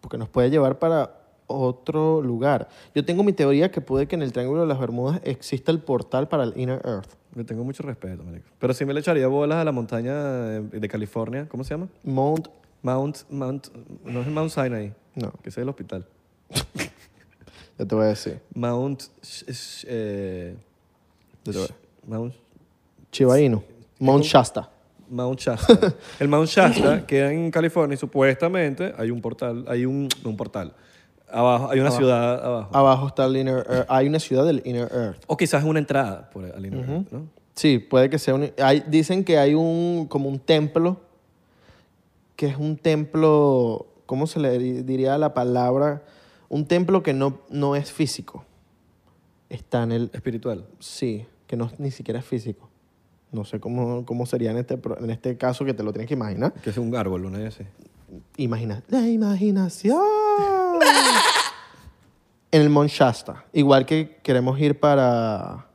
[SPEAKER 1] porque nos puede llevar para otro lugar. Yo tengo mi teoría que puede que en el Triángulo de las Bermudas exista el portal para el Inner Earth,
[SPEAKER 4] Le tengo mucho respeto, marico. Pero sí me le echaría bolas a la montaña de, de California. ¿Cómo se llama?
[SPEAKER 1] Mount,
[SPEAKER 4] Mount, Mount, no es Mount Sinai.
[SPEAKER 1] No.
[SPEAKER 4] Que ese es el hospital.
[SPEAKER 1] ya te voy a decir,
[SPEAKER 4] Mount, sh- sh- eh, sh- Mount
[SPEAKER 1] Chiba Inu, Mount Shasta.
[SPEAKER 4] Mount Shasta. El Mount Shasta queda en California y supuestamente hay un portal, hay un, no, un portal. Abajo, hay una ciudad abajo.
[SPEAKER 1] Abajo está el Inner Earth, hay una ciudad del Inner Earth.
[SPEAKER 4] O quizás una entrada por al interior, ¿no?
[SPEAKER 1] Sí, puede que sea un... hay- dicen que hay un, como un templo, que es un templo, ¿cómo se le di- diría la palabra? Un templo que no, no es físico. Está en el
[SPEAKER 4] Espiritual.
[SPEAKER 1] Sí, que no ni siquiera es físico. No sé cómo, cómo sería en este, pro- en este caso que te lo tienes que imaginar.
[SPEAKER 4] Que es un árbol, una vez así.
[SPEAKER 1] Imagina. La imaginación. en el Mount Shasta. Igual que queremos ir para...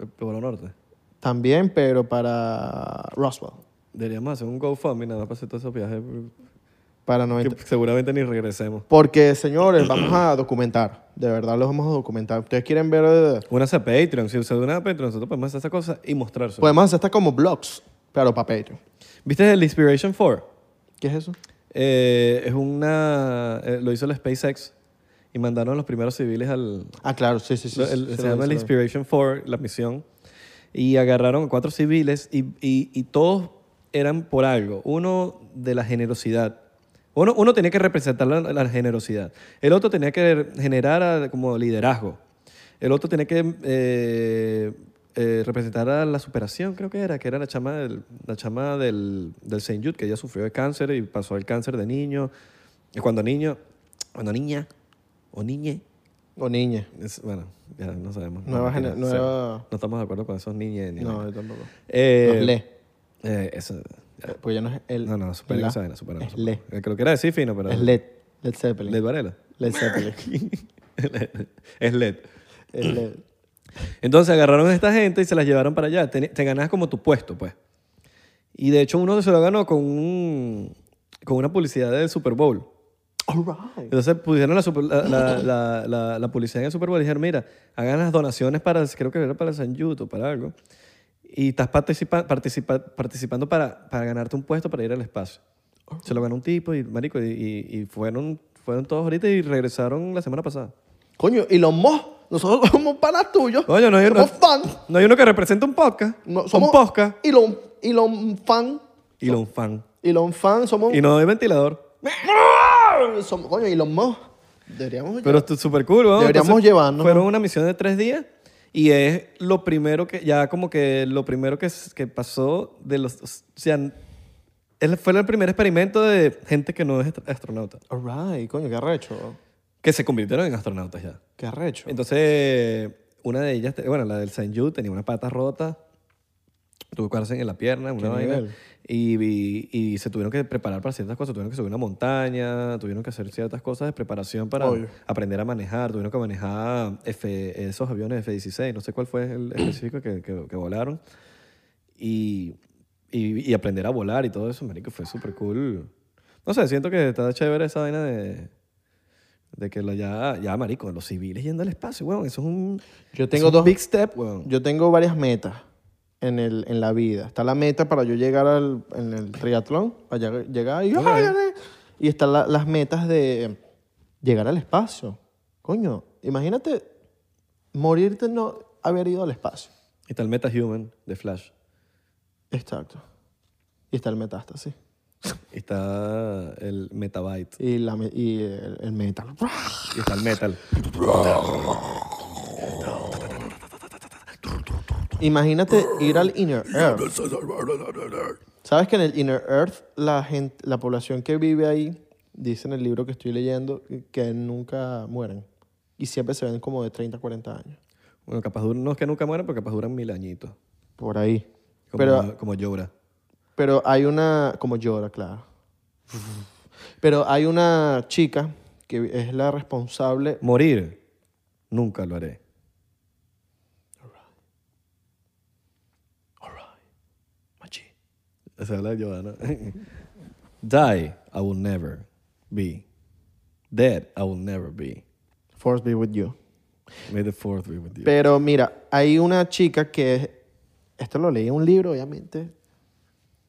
[SPEAKER 4] Eh, Por el norte.
[SPEAKER 1] También, pero para Roswell.
[SPEAKER 4] Deberíamos hacer un GoFundMe nada más para hacer todos esos viajes
[SPEAKER 1] Para 90.
[SPEAKER 4] que seguramente ni regresemos.
[SPEAKER 1] Porque, señores, vamos a documentar. De verdad, los vamos a documentar. Ustedes quieren ver... eh,
[SPEAKER 4] Únanse a Patreon. Si ustedes unan a Patreon, nosotros podemos hacer esas cosas y mostrárselo.
[SPEAKER 1] Podemos hacer hasta como blogs, pero para Patreon.
[SPEAKER 4] ¿Viste el Inspiration 4?
[SPEAKER 1] ¿Qué es eso?
[SPEAKER 4] Eh, es una. eh, lo hizo el SpaceX y mandaron los primeros civiles al.
[SPEAKER 1] Ah, claro, sí, sí, sí.
[SPEAKER 4] lo-
[SPEAKER 1] sí,
[SPEAKER 4] el-
[SPEAKER 1] sí,
[SPEAKER 4] se
[SPEAKER 1] lo vi,
[SPEAKER 4] llama el
[SPEAKER 1] sí, lo vi.
[SPEAKER 4] Inspiration 4, la misión. Y agarraron a cuatro civiles y, y- y todos eran por algo. Uno de la generosidad. Uno, uno tenía que representar la, la generosidad. El otro tenía que generar ah, como liderazgo. El otro tenía que eh, eh, representar a la superación, creo que era, que era la chama del, la chama del, del Saint Jude, que ella sufrió de cáncer y pasó el cáncer de niño. Y cuando niño, cuando niña o niñe,
[SPEAKER 1] O niña.
[SPEAKER 4] es- bueno, ya no sabemos.
[SPEAKER 1] Nueva
[SPEAKER 4] no,
[SPEAKER 1] gener-
[SPEAKER 4] no,
[SPEAKER 1] nueva-
[SPEAKER 4] no estamos de acuerdo con esos niñes. ni
[SPEAKER 1] No,
[SPEAKER 4] nada.
[SPEAKER 1] yo tampoco.
[SPEAKER 4] Eh,
[SPEAKER 1] Los le.
[SPEAKER 4] eh, eso, ya.
[SPEAKER 1] Porque ya no es el.
[SPEAKER 4] no, no, supera
[SPEAKER 1] la-
[SPEAKER 4] esa vaina, supera.
[SPEAKER 1] Es
[SPEAKER 4] supera.
[SPEAKER 1] le.
[SPEAKER 4] Eh, que lo que era decir fino, pero...
[SPEAKER 1] Es LED. Led Zeppelin.
[SPEAKER 4] Led Varela.
[SPEAKER 1] Led Zeppelin.
[SPEAKER 4] es LED.
[SPEAKER 1] Es LED.
[SPEAKER 4] Entonces agarraron a esta gente y se las llevaron para allá. Te, te ganas como tu puesto, pues. Y de hecho uno se lo ganó con, un- con una publicidad del Super Bowl. Entonces pusieron la, super- la, la- la- la- la publicidad en el Super Bowl y dijeron, mira, hagan las donaciones para, creo que era para San Yuto, para algo. Y estás participa- participa- participando para, para ganarte un puesto para ir al espacio. Se lo ganó un tipo y, marico, y, y- y fueron, fueron todos ahorita y regresaron la semana pasada.
[SPEAKER 1] Coño, y los mos. Nosotros somos panas tuyos.
[SPEAKER 4] Coño, no hay,
[SPEAKER 1] somos
[SPEAKER 4] no,
[SPEAKER 1] fans.
[SPEAKER 4] no hay uno que represente un podcast.
[SPEAKER 1] No,
[SPEAKER 4] un podcast.
[SPEAKER 1] Y los y los fan.
[SPEAKER 4] Y lo un fan.
[SPEAKER 1] Y los fans somos.
[SPEAKER 4] Y no hay ventilador.
[SPEAKER 1] somos- coño, y los mos. Deberíamos.
[SPEAKER 4] Pero esto es súper cool, ¿no?
[SPEAKER 1] Deberíamos llevarnos,
[SPEAKER 4] Fueron una misión de tres días y es lo primero que, ya como que lo primero que, s- que pasó de los, o sea, él fue el primer experimento de gente que no es ast- astronauta,
[SPEAKER 1] Alright, coño, qué arrecho.
[SPEAKER 4] que se convirtieron en astronautas ya.
[SPEAKER 1] Qué arrecho.
[SPEAKER 4] Entonces, una de ellas, te- bueno, la del Saint Jude tenía una pata rota, tuvo cárcel en la pierna, una vaina,
[SPEAKER 1] nivel?
[SPEAKER 4] y, y- y se tuvieron que preparar para ciertas cosas, tuvieron que subir una montaña, tuvieron que hacer ciertas cosas de preparación para
[SPEAKER 1] Obvio.
[SPEAKER 4] aprender a manejar, tuvieron que manejar F- esos aviones F-16, no sé cuál fue el específico que, que- que volaron, y, y- y aprender a volar y todo eso, marico, fue súper cool. No sé, siento que está chévere esa vaina de... De que lo ya, ya, marico, los civiles yendo al espacio, weón. Eso es un,
[SPEAKER 1] Yo
[SPEAKER 4] eso
[SPEAKER 1] tengo
[SPEAKER 4] es
[SPEAKER 1] dos.
[SPEAKER 4] un big step, weón.
[SPEAKER 1] Yo tengo varias metas en, el, en la vida. Está la meta para yo llegar al en el triatlón, para lleg- llegar y, ¡Ah, gané! y están la- las metas de llegar al espacio. Coño, imagínate morirte no haber ido al espacio.
[SPEAKER 4] Y está el MetaHuman de Flash.
[SPEAKER 1] Exacto. Y está el metástasis.
[SPEAKER 4] Y está el Metabyte.
[SPEAKER 1] Y, la, me- y el, el metal.
[SPEAKER 4] Y está el Metal.
[SPEAKER 1] Imagínate ir al Inner Earth. ¿Sabes que en el Inner Earth la, gente, la población que vive ahí, dice en el libro que estoy leyendo, que nunca mueren? Y siempre se ven como de 30, 40 años.
[SPEAKER 4] Bueno, capaz duran, no es que nunca mueran, pero capaz duran mil añitos.
[SPEAKER 1] Por ahí.
[SPEAKER 4] Como,
[SPEAKER 1] Pero,
[SPEAKER 4] como llora.
[SPEAKER 1] pero hay una... Como llora, claro. Pero hay una chica que es la responsable...
[SPEAKER 4] Morir, nunca lo haré. Esa es la de Johanna. Die, I will never be. Dead, I will never be.
[SPEAKER 1] Force be with you.
[SPEAKER 4] May the fourth be with you.
[SPEAKER 1] Pero mira, hay una chica que es- esto lo leí en un libro, obviamente.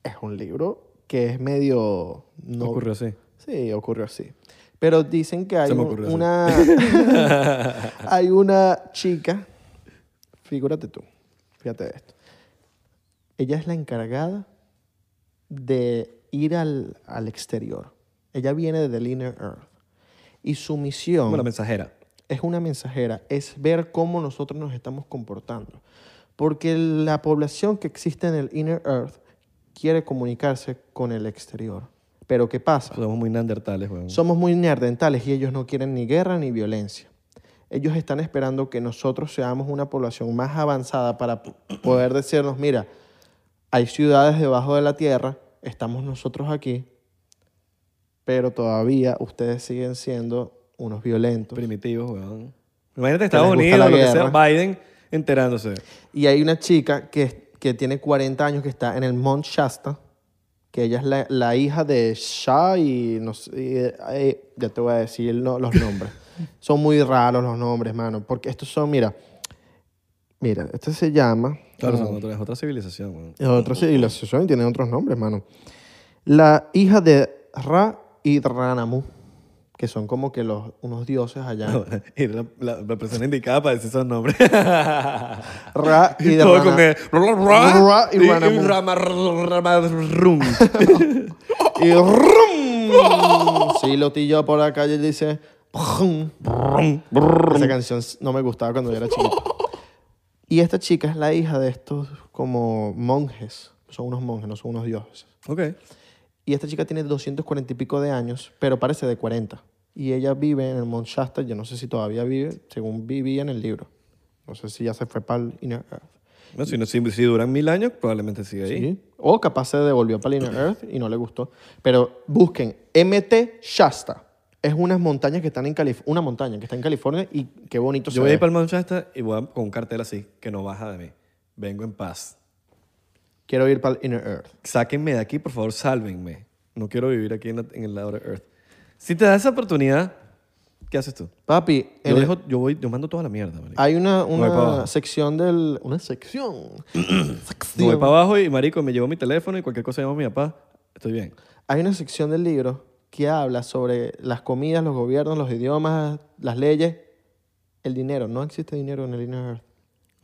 [SPEAKER 1] Es un libro que es medio no
[SPEAKER 4] Ocurrió así.
[SPEAKER 1] Sí, ocurrió así. Pero dicen que hay
[SPEAKER 4] Se me
[SPEAKER 1] un-
[SPEAKER 4] ocurrió así.
[SPEAKER 1] una hay una chica, figúrate tú, fíjate de esto. Ella es la encargada de ir al, al exterior. Ella viene de The Inner Earth. Y su misión
[SPEAKER 4] Como la mensajera.
[SPEAKER 1] es una mensajera, es ver cómo nosotros nos estamos comportando. Porque la población que existe en el Inner Earth quiere comunicarse con el exterior. Pero ¿qué pasa?
[SPEAKER 4] Somos muy neandertales, weón.
[SPEAKER 1] Somos muy neandertales y ellos no quieren ni guerra ni violencia. Ellos están esperando que nosotros seamos una población más avanzada para p- poder decirnos, mira, hay ciudades debajo de la tierra, estamos nosotros aquí, pero todavía ustedes siguen siendo unos violentos.
[SPEAKER 4] primitivos, weón. Imagínate Estados
[SPEAKER 1] les gusta
[SPEAKER 4] Unidos,
[SPEAKER 1] la
[SPEAKER 4] lo que sea,
[SPEAKER 1] guerra.
[SPEAKER 4] Biden enterándose.
[SPEAKER 1] Y hay una chica que, que tiene 40 años que está en el Mount Shasta, que ella es la, la hija de Shah y no sé, y, eh, eh, ya te voy a decir no, los nombres. son muy raros los nombres, mano, porque estos son, mira, mira, este se llama,
[SPEAKER 4] Claro, son otra, es otra civilización. weón.
[SPEAKER 1] Y Otra civilización y tienen otros nombres, mano. La hija de Ra y Ranamu, que son como que los, unos dioses allá.
[SPEAKER 4] Y la, la- la persona indicada para decir esos nombres.
[SPEAKER 1] Ra y de
[SPEAKER 4] Todo
[SPEAKER 1] Rana-
[SPEAKER 4] con E. el-
[SPEAKER 1] Ra y Ranamu.
[SPEAKER 4] Rama- Ramarrum.
[SPEAKER 1] Y rum. Sí, lo yo por la calle y dice. brum. Esa canción no me gustaba cuando yo era chiquito. Y esta chica es la hija de estos como monjes. Son unos monjes, no son unos dioses.
[SPEAKER 4] Ok.
[SPEAKER 1] Y esta chica tiene 240 y pico de años, pero parece de 40. Y ella vive en el Mount Shasta, yo no sé si todavía vive, según vivía en el libro. No sé si ya se fue para el Inner Earth.
[SPEAKER 4] Bueno, si, no- si- si duran mil años, probablemente siga ahí.
[SPEAKER 1] Sí. O capaz se devolvió para el Inner Earth y no le gustó. Pero busquen MT Shasta. Es unas montañas que están en California, una montaña que está en California y qué bonito se
[SPEAKER 4] Yo voy a
[SPEAKER 1] ve.
[SPEAKER 4] ir para el Mount Shasta y voy a- con un cartel así, que no baja de mí. Vengo en paz.
[SPEAKER 1] Quiero ir para el Inner Earth.
[SPEAKER 4] Sáquenme de aquí, por favor, sálvenme. No quiero vivir aquí en, la- en el lado de Earth. Si te da esa oportunidad, ¿qué haces tú?
[SPEAKER 1] Papi, en-
[SPEAKER 4] Yo, dejo- yo voy, yo mando toda la mierda, marico.
[SPEAKER 1] hay una,
[SPEAKER 4] Voy para
[SPEAKER 1] una
[SPEAKER 4] abajo.
[SPEAKER 1] sección del... Una sección.
[SPEAKER 4] Me voy
[SPEAKER 1] sección.
[SPEAKER 4] para abajo y, marico, me llevo mi teléfono y cualquier cosa llamo a mi papá. Estoy bien.
[SPEAKER 1] Hay una sección del libro que habla sobre las comidas, los gobiernos, los idiomas, las leyes, el dinero. No existe dinero en el Inner Earth.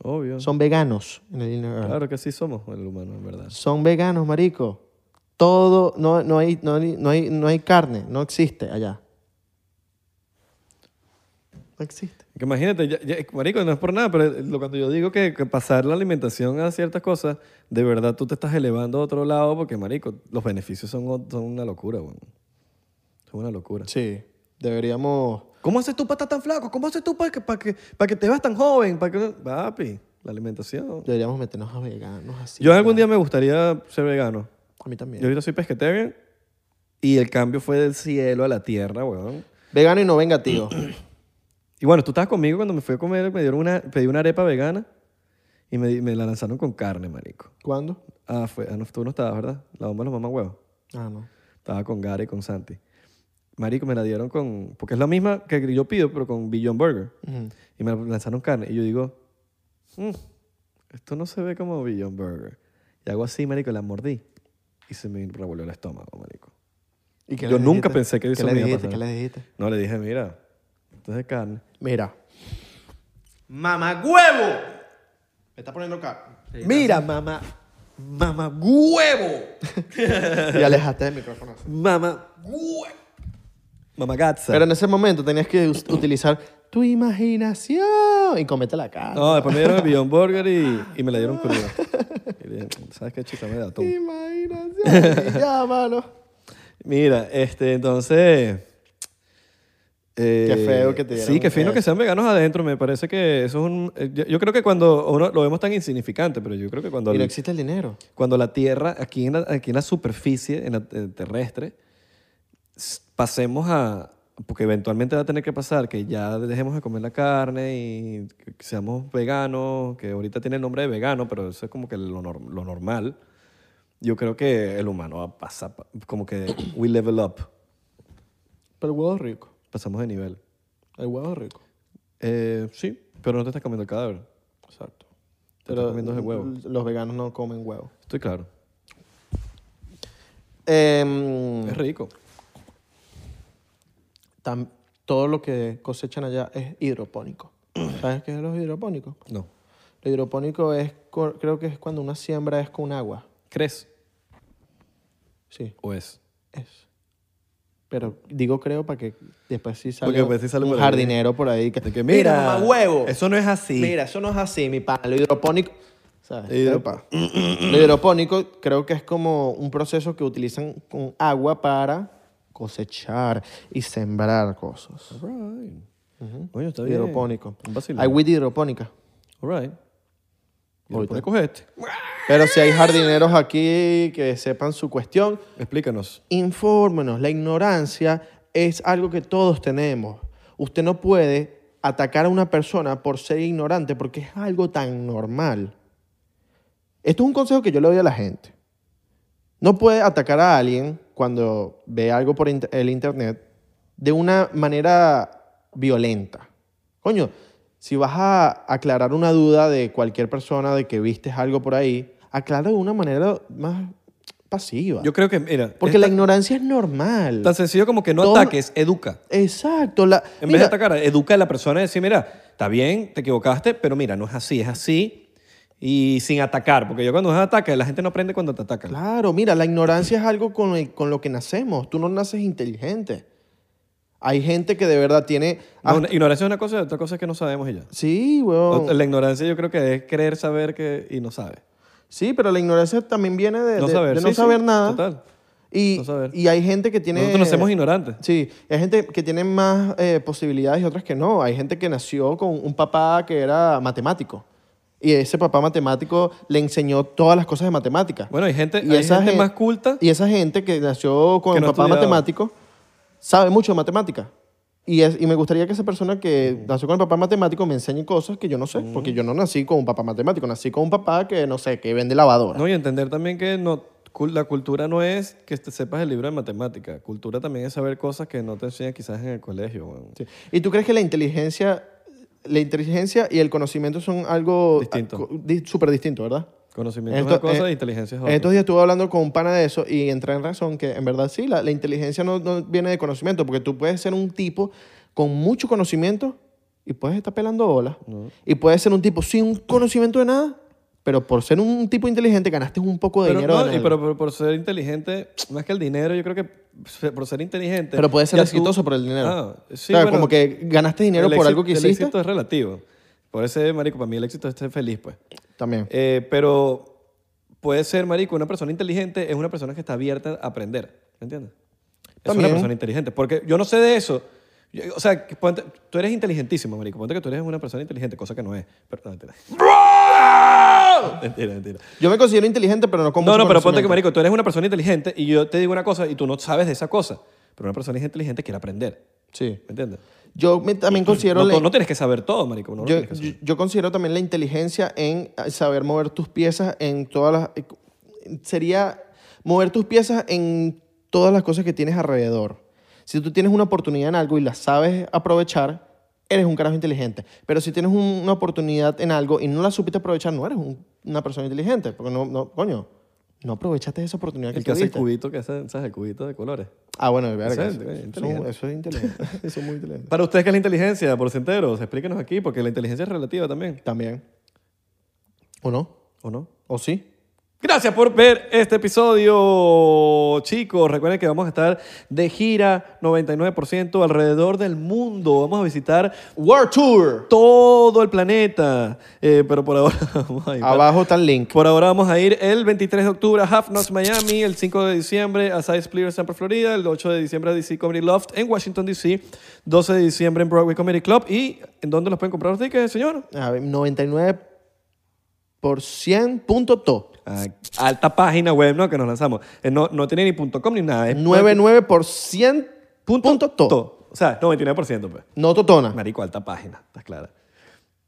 [SPEAKER 4] Obvio.
[SPEAKER 1] Son veganos en el Inner Earth.
[SPEAKER 4] Claro que sí somos el humano, en verdad.
[SPEAKER 1] Son veganos, marico. Todo, no, no, hay, no, hay, no, hay, no hay carne, no existe allá. No existe.
[SPEAKER 4] Que imagínate, ya- ya- marico, no es por nada, pero lo, cuando yo digo que, que pasar la alimentación a ciertas cosas, de verdad tú te estás elevando a otro lado porque, marico, los beneficios son, o- son una locura, weón. Son una locura.
[SPEAKER 1] Sí, deberíamos...
[SPEAKER 4] ¿Cómo haces tú para estar tan flaco? ¿Cómo haces tú para que, para que, para que te veas tan joven? Para que... Papi, la alimentación.
[SPEAKER 1] Deberíamos meternos a veganos así.
[SPEAKER 4] Yo algún día me gustaría ser vegano.
[SPEAKER 1] A mí también.
[SPEAKER 4] Yo ahorita soy pesquetarian y el cambio fue del cielo a la tierra, weón.
[SPEAKER 1] Vegano y no vengativo.
[SPEAKER 4] Y bueno, tú estabas conmigo cuando me fui a comer, me dieron una, pedí una arepa vegana y me, di- me la lanzaron con carne, marico.
[SPEAKER 1] ¿Cuándo?
[SPEAKER 4] Ah, fue, ah, no, tú no estabas, ¿verdad? La bomba de los mamá huevos.
[SPEAKER 1] Ah, no.
[SPEAKER 4] Estaba con Gary y con Santi. Marico, me la dieron con... Porque es la misma que yo pido, pero con Beyond Burger. Y me la lanzaron carne. Y yo digo, "Mm, esto no se ve como Beyond Burger. Y hago así, marico, la mordí. Y se me revolvió el estómago, marico.
[SPEAKER 1] ¿Y qué
[SPEAKER 4] Yo
[SPEAKER 1] le
[SPEAKER 4] nunca
[SPEAKER 1] dijiste?
[SPEAKER 4] pensé que eso
[SPEAKER 1] ¿Qué
[SPEAKER 4] me
[SPEAKER 1] le
[SPEAKER 4] iba a
[SPEAKER 1] dijiste? ¿Qué
[SPEAKER 4] pasar.
[SPEAKER 1] le dijiste?
[SPEAKER 4] No, le dije, mira, esto es de carne.
[SPEAKER 1] Mira. ¡Mamá huevo! Me está poniendo acá. Mira, mamá. ¡Mamá huevo! y alejaste del micrófono.
[SPEAKER 4] Mamá. Mamagazza.
[SPEAKER 1] Pero en ese momento tenías que us- utilizar tu imaginación y comete la cara.
[SPEAKER 4] No, después me dieron el Beyond Burger y, y me la dieron cruda. Y dije, ¿sabes qué, chica? Me da todo.
[SPEAKER 1] Imaginación. y Llámalo.
[SPEAKER 4] Mira, este, entonces... eh,
[SPEAKER 1] Qué feo que te dieron
[SPEAKER 4] Sí, qué fino
[SPEAKER 1] eso.
[SPEAKER 4] que sean veganos adentro. Me parece que eso es un... eh, Yo, yo creo que cuando uno lo vemos tan insignificante, pero yo creo que cuando...
[SPEAKER 1] Y no existe el dinero.
[SPEAKER 4] cuando la Tierra, aquí en la, aquí en la superficie, en la eh, terrestre, s- pasemos a, porque eventualmente va a tener que pasar, que ya dejemos de comer la carne y que que seamos veganos, que ahorita tiene el nombre de vegano, Ah, pero eso es como que lo, nor- lo normal. Yo creo que el humano va a pasar, pa- como que we level up,
[SPEAKER 1] Pero el huevo es rico.
[SPEAKER 4] pasamos de nivel.
[SPEAKER 1] El huevo es rico.
[SPEAKER 4] Eh, sí, pero no te estás comiendo el cadáver. Exacto. Te estás
[SPEAKER 1] Pero
[SPEAKER 4] comiendo el huevo.
[SPEAKER 1] l- los veganos no comen huevo.
[SPEAKER 4] Estoy claro.
[SPEAKER 1] Em,
[SPEAKER 4] Es rico.
[SPEAKER 1] tam- todo lo que cosechan allá es hidropónico. ¿Sabes qué es lo hidropónico?
[SPEAKER 4] No.
[SPEAKER 1] Lo hidropónico es, co- creo que es cuando una siembra es con agua.
[SPEAKER 4] ¿Crees
[SPEAKER 1] Sí,
[SPEAKER 4] o es?
[SPEAKER 1] es. Pero digo creo para que después sí
[SPEAKER 4] Porque
[SPEAKER 1] salga
[SPEAKER 4] después sí sale
[SPEAKER 1] un
[SPEAKER 4] por ahí.
[SPEAKER 1] jardinero por ahí. Que,
[SPEAKER 4] De que,
[SPEAKER 1] mira, mamá huevo.
[SPEAKER 4] Eso no es así.
[SPEAKER 1] Mira, eso no es así, mi pana. Lo hidropónico. ¿sabes?
[SPEAKER 4] Hidro-
[SPEAKER 1] Epa. Lo hidropónico creo que es como un proceso que utilizan con agua para cosechar y sembrar cosas.
[SPEAKER 4] Right. Coño, está bien.
[SPEAKER 1] Hidropónico.
[SPEAKER 4] Un vacilón.
[SPEAKER 1] Hay weed hidropónica.
[SPEAKER 4] All right.
[SPEAKER 1] Ahorita.
[SPEAKER 4] Hidropónico es este.
[SPEAKER 1] Pero si hay jardineros aquí que sepan su cuestión,
[SPEAKER 4] Explícanos.
[SPEAKER 1] infórmenos. La ignorancia es algo que todos tenemos. Usted no puede atacar a una persona por ser ignorante porque es algo tan normal. Esto es un consejo que yo le doy a la gente. No puede atacar a alguien cuando ve algo por inter- el internet de una manera violenta. Coño, si vas a aclarar una duda de cualquier persona de que vistes algo por ahí, aclara de una manera más pasiva.
[SPEAKER 4] Yo creo que, mira,
[SPEAKER 1] Porque
[SPEAKER 4] es
[SPEAKER 1] la
[SPEAKER 4] tan-
[SPEAKER 1] ignorancia es normal.
[SPEAKER 4] tan sencillo como que no
[SPEAKER 1] Todo-
[SPEAKER 4] ataques, educa.
[SPEAKER 1] Exacto. La,
[SPEAKER 4] En vez de
[SPEAKER 1] mira,
[SPEAKER 4] atacar, educa a la persona y decir, mira, está bien, te equivocaste, pero mira, no es así, es así y sin atacar. Porque yo cuando es ataque, la gente no aprende cuando te atacan.
[SPEAKER 1] Claro, mira, la ignorancia es algo con, el- con lo que nacemos. Tú no naces inteligente. Hay gente que de verdad tiene...
[SPEAKER 4] No,
[SPEAKER 1] hasta-
[SPEAKER 4] una- ignorancia es una cosa, otra cosa es que no sabemos y ya.
[SPEAKER 1] Sí, weón.
[SPEAKER 4] La ignorancia yo creo que es creer saber que, y no sabe.
[SPEAKER 1] Sí, pero la ignorancia también viene de
[SPEAKER 4] No
[SPEAKER 1] de-
[SPEAKER 4] saber,
[SPEAKER 1] de no
[SPEAKER 4] sí, sí,
[SPEAKER 1] saber nada.
[SPEAKER 4] total.
[SPEAKER 1] Y,
[SPEAKER 4] No saber.
[SPEAKER 1] y hay gente que tiene...
[SPEAKER 4] Nosotros nacemos ignorantes.
[SPEAKER 1] Sí, hay gente que tiene más eh, posibilidades y otras que no. Hay gente que nació con un papá que era matemático. Y ese papá matemático le enseñó todas las cosas de matemáticas.
[SPEAKER 4] Bueno, hay gente,
[SPEAKER 1] Y
[SPEAKER 4] hay
[SPEAKER 1] esa
[SPEAKER 4] gente
[SPEAKER 1] gen-
[SPEAKER 4] más culta.
[SPEAKER 1] Y esa gente que nació con
[SPEAKER 4] Que
[SPEAKER 1] el
[SPEAKER 4] no
[SPEAKER 1] papá
[SPEAKER 4] estudiaba.
[SPEAKER 1] matemático sabe mucho de matemática. Y, es- y me gustaría que esa persona que nació con el papá matemático me enseñe cosas que yo no sé,
[SPEAKER 4] Mm.
[SPEAKER 1] porque yo no nací con un papá matemático, nací con un papá que, no sé, que vende lavadora.
[SPEAKER 4] No, y entender también que no, cul- la cultura no es que te sepas el libro de matemática. Cultura también es saber cosas que no te enseñan quizás en el colegio. weón.
[SPEAKER 1] Sí. ¿Y tú crees que la inteligencia, la inteligencia y el conocimiento son algo
[SPEAKER 4] Distinto.
[SPEAKER 1] ah, co- di- súper distinto, verdad?
[SPEAKER 4] Conocimiento
[SPEAKER 1] Esto-
[SPEAKER 4] es una cosa
[SPEAKER 1] eh,
[SPEAKER 4] e inteligencia es
[SPEAKER 1] En
[SPEAKER 4] otra.
[SPEAKER 1] Estos días estuve hablando con un pana de eso y entré en razón que en verdad sí, la, la inteligencia no, no viene de conocimiento, porque tú puedes ser un tipo con mucho conocimiento y puedes estar pelando bolas. Y puedes ser un tipo sin un conocimiento de nada, pero por ser un tipo inteligente ganaste un poco de
[SPEAKER 4] pero,
[SPEAKER 1] dinero.
[SPEAKER 4] no,
[SPEAKER 1] en
[SPEAKER 4] y
[SPEAKER 1] algo.
[SPEAKER 4] pero por, por ser inteligente, más que el dinero, yo creo que se- por ser inteligente.
[SPEAKER 1] Pero puedes ser
[SPEAKER 4] ya tú-
[SPEAKER 1] exitoso por el dinero.
[SPEAKER 4] Ah, sí,
[SPEAKER 1] o sea,
[SPEAKER 4] bueno,
[SPEAKER 1] como que ganaste dinero
[SPEAKER 4] el
[SPEAKER 1] por
[SPEAKER 4] éxito-
[SPEAKER 1] algo que
[SPEAKER 4] el
[SPEAKER 1] hiciste.
[SPEAKER 4] éxito es relativo. Por ese, marico, para mí el éxito es ser feliz, pues.
[SPEAKER 1] También.
[SPEAKER 4] Eh, pero puede ser, marico, una persona inteligente es una persona que está abierta a aprender. ¿Me entiendes? Es una
[SPEAKER 1] También.
[SPEAKER 4] persona inteligente. Porque yo no sé de eso. Yo- o sea, que ponte- tú eres inteligentísimo, marico. Ponte que tú eres una persona inteligente, cosa que no es. Pero, no, mentira. mentira, mentira.
[SPEAKER 1] Yo me considero inteligente, pero no como
[SPEAKER 4] No, no, pero ponte que, marico, tú eres una persona inteligente y yo te digo una cosa y tú no sabes de esa cosa. Pero una persona inteligente quiere aprender.
[SPEAKER 1] Sí.
[SPEAKER 4] ¿Me entiendes?
[SPEAKER 1] Yo me- también considero...
[SPEAKER 4] No,
[SPEAKER 1] la-
[SPEAKER 4] to- no tienes que saber todo, marico. No lo
[SPEAKER 1] yo,
[SPEAKER 4] tienes que saber.
[SPEAKER 1] yo- yo considero también la inteligencia en eh, saber mover tus piezas en todas las... eh, Sería mover tus piezas en todas las cosas que tienes alrededor. Si tú tienes una oportunidad en algo y la sabes aprovechar, eres un carajo inteligente. Pero si tienes un- una oportunidad en algo y no la supiste aprovechar, no eres un- una persona inteligente. Porque no, no coño, no aprovechaste esa oportunidad que
[SPEAKER 4] el que hace el
[SPEAKER 1] tuviste.
[SPEAKER 4] cubito, que hace, ¿sabes? El cubito de colores.
[SPEAKER 1] Ah, bueno, verga,
[SPEAKER 4] Eso es
[SPEAKER 1] eso,
[SPEAKER 4] inteligente.
[SPEAKER 1] eso es inteligente. Eso es muy inteligente.
[SPEAKER 4] Para ustedes, ¿qué es la inteligencia? Porcenteros, explíquenos aquí, porque la inteligencia es relativa también,
[SPEAKER 1] También. ¿O no?
[SPEAKER 4] ¿o no?
[SPEAKER 1] ¿O sí?
[SPEAKER 4] Gracias por ver este episodio, chicos. Recuerden que vamos a estar de gira 99% alrededor del mundo. Vamos a visitar
[SPEAKER 1] World Tour.
[SPEAKER 4] todo el planeta. Eh, pero por ahora vamos a ir para-
[SPEAKER 1] Abajo está el link.
[SPEAKER 4] Por ahora vamos a ir el 23 de octubre a Half Knots Miami, el 5 de diciembre a Side Split en Tampa, Florida, el 8 de diciembre a DC Comedy Loft en Washington, DC, 12 de diciembre en Broadway Comedy Club. ¿Y en dónde los pueden comprar los tickets, señor?
[SPEAKER 1] A ver, 99 por 100 punto to.
[SPEAKER 4] Ah, alta página web, ¿no? Que nos lanzamos. Eh, no, no tiene ni punto .com ni nada. Es
[SPEAKER 1] 99 por 100 punto, to.
[SPEAKER 4] to. O sea, 99%, pues.
[SPEAKER 1] No totona.
[SPEAKER 4] Marico, alta página, estás clara.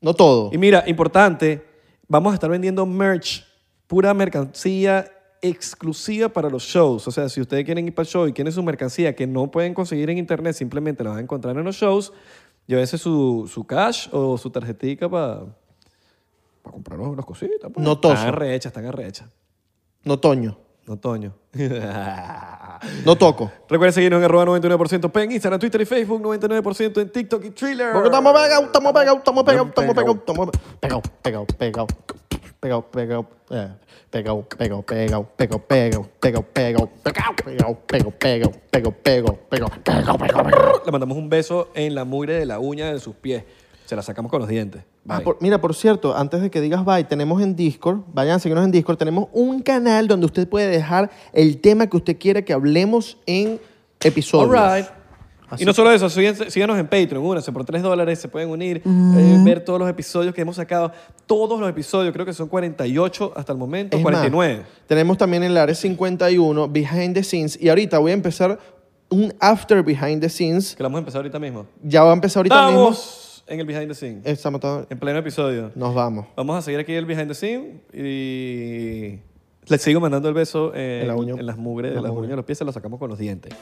[SPEAKER 1] No todo.
[SPEAKER 4] Y mira, importante, vamos a estar vendiendo merch, pura mercancía exclusiva para los shows. O sea, si ustedes quieren ir para el show y quieren su mercancía que no pueden conseguir en internet, simplemente la van a encontrar en los shows, llévese su, su cash o su tarjetica para comprar unas cositas. pues.
[SPEAKER 1] No toso.
[SPEAKER 4] Están arrechas, están arrechas.
[SPEAKER 1] No toño.
[SPEAKER 4] No toño.
[SPEAKER 1] No toco.
[SPEAKER 4] Recuerden seguirnos en arroba 99% en Instagram, Twitter y Facebook, 99% en TikTok y Thriller.
[SPEAKER 1] Porque estamos pegados, estamos pegados, estamos pegados, estamos pegados, estamos pegados, pegados, pegados. Pegado, pegado, eh, pegado, pegado, pegado, pegado, pegado, pegado, pegado, pegado, pegado, pegado, pegado, pegado, pegado, pegado, pegado, pegado, pegado.
[SPEAKER 4] Le mandamos un beso en la mugre de la uña de sus pies. Se la sacamos con los dientes.
[SPEAKER 1] Ah,
[SPEAKER 4] Bye.
[SPEAKER 1] por- mira, por cierto, antes de que digas bye, tenemos en Discord, vayan a seguirnos en Discord, tenemos un canal donde usted puede dejar el tema que usted quiera que hablemos en episodios.
[SPEAKER 4] All right. Y no solo eso, síguense- síganos en Patreon, únanse por 3 dólares, se pueden unir,
[SPEAKER 1] Mm.
[SPEAKER 4] eh, ver todos los episodios que hemos sacado, todos los episodios, creo que son 48 hasta el momento,
[SPEAKER 1] Es más,
[SPEAKER 4] 49.
[SPEAKER 1] tenemos también el área 51, Behind the Scenes, y ahorita voy a empezar un after Behind the Scenes.
[SPEAKER 4] Que lo vamos a empezar ahorita mismo.
[SPEAKER 1] Ya va a empezar ahorita mismo.
[SPEAKER 4] Estamos en el behind the scenes,
[SPEAKER 1] Estamos todos-
[SPEAKER 4] en pleno episodio.
[SPEAKER 1] Nos vamos.
[SPEAKER 4] Vamos a seguir aquí el behind the scenes y les sigo mandando el beso eh,
[SPEAKER 1] En la uña.
[SPEAKER 4] en las mugres, de
[SPEAKER 1] Las
[SPEAKER 4] las
[SPEAKER 1] mugres.
[SPEAKER 4] uñas de los pies, se lo sacamos con los dientes.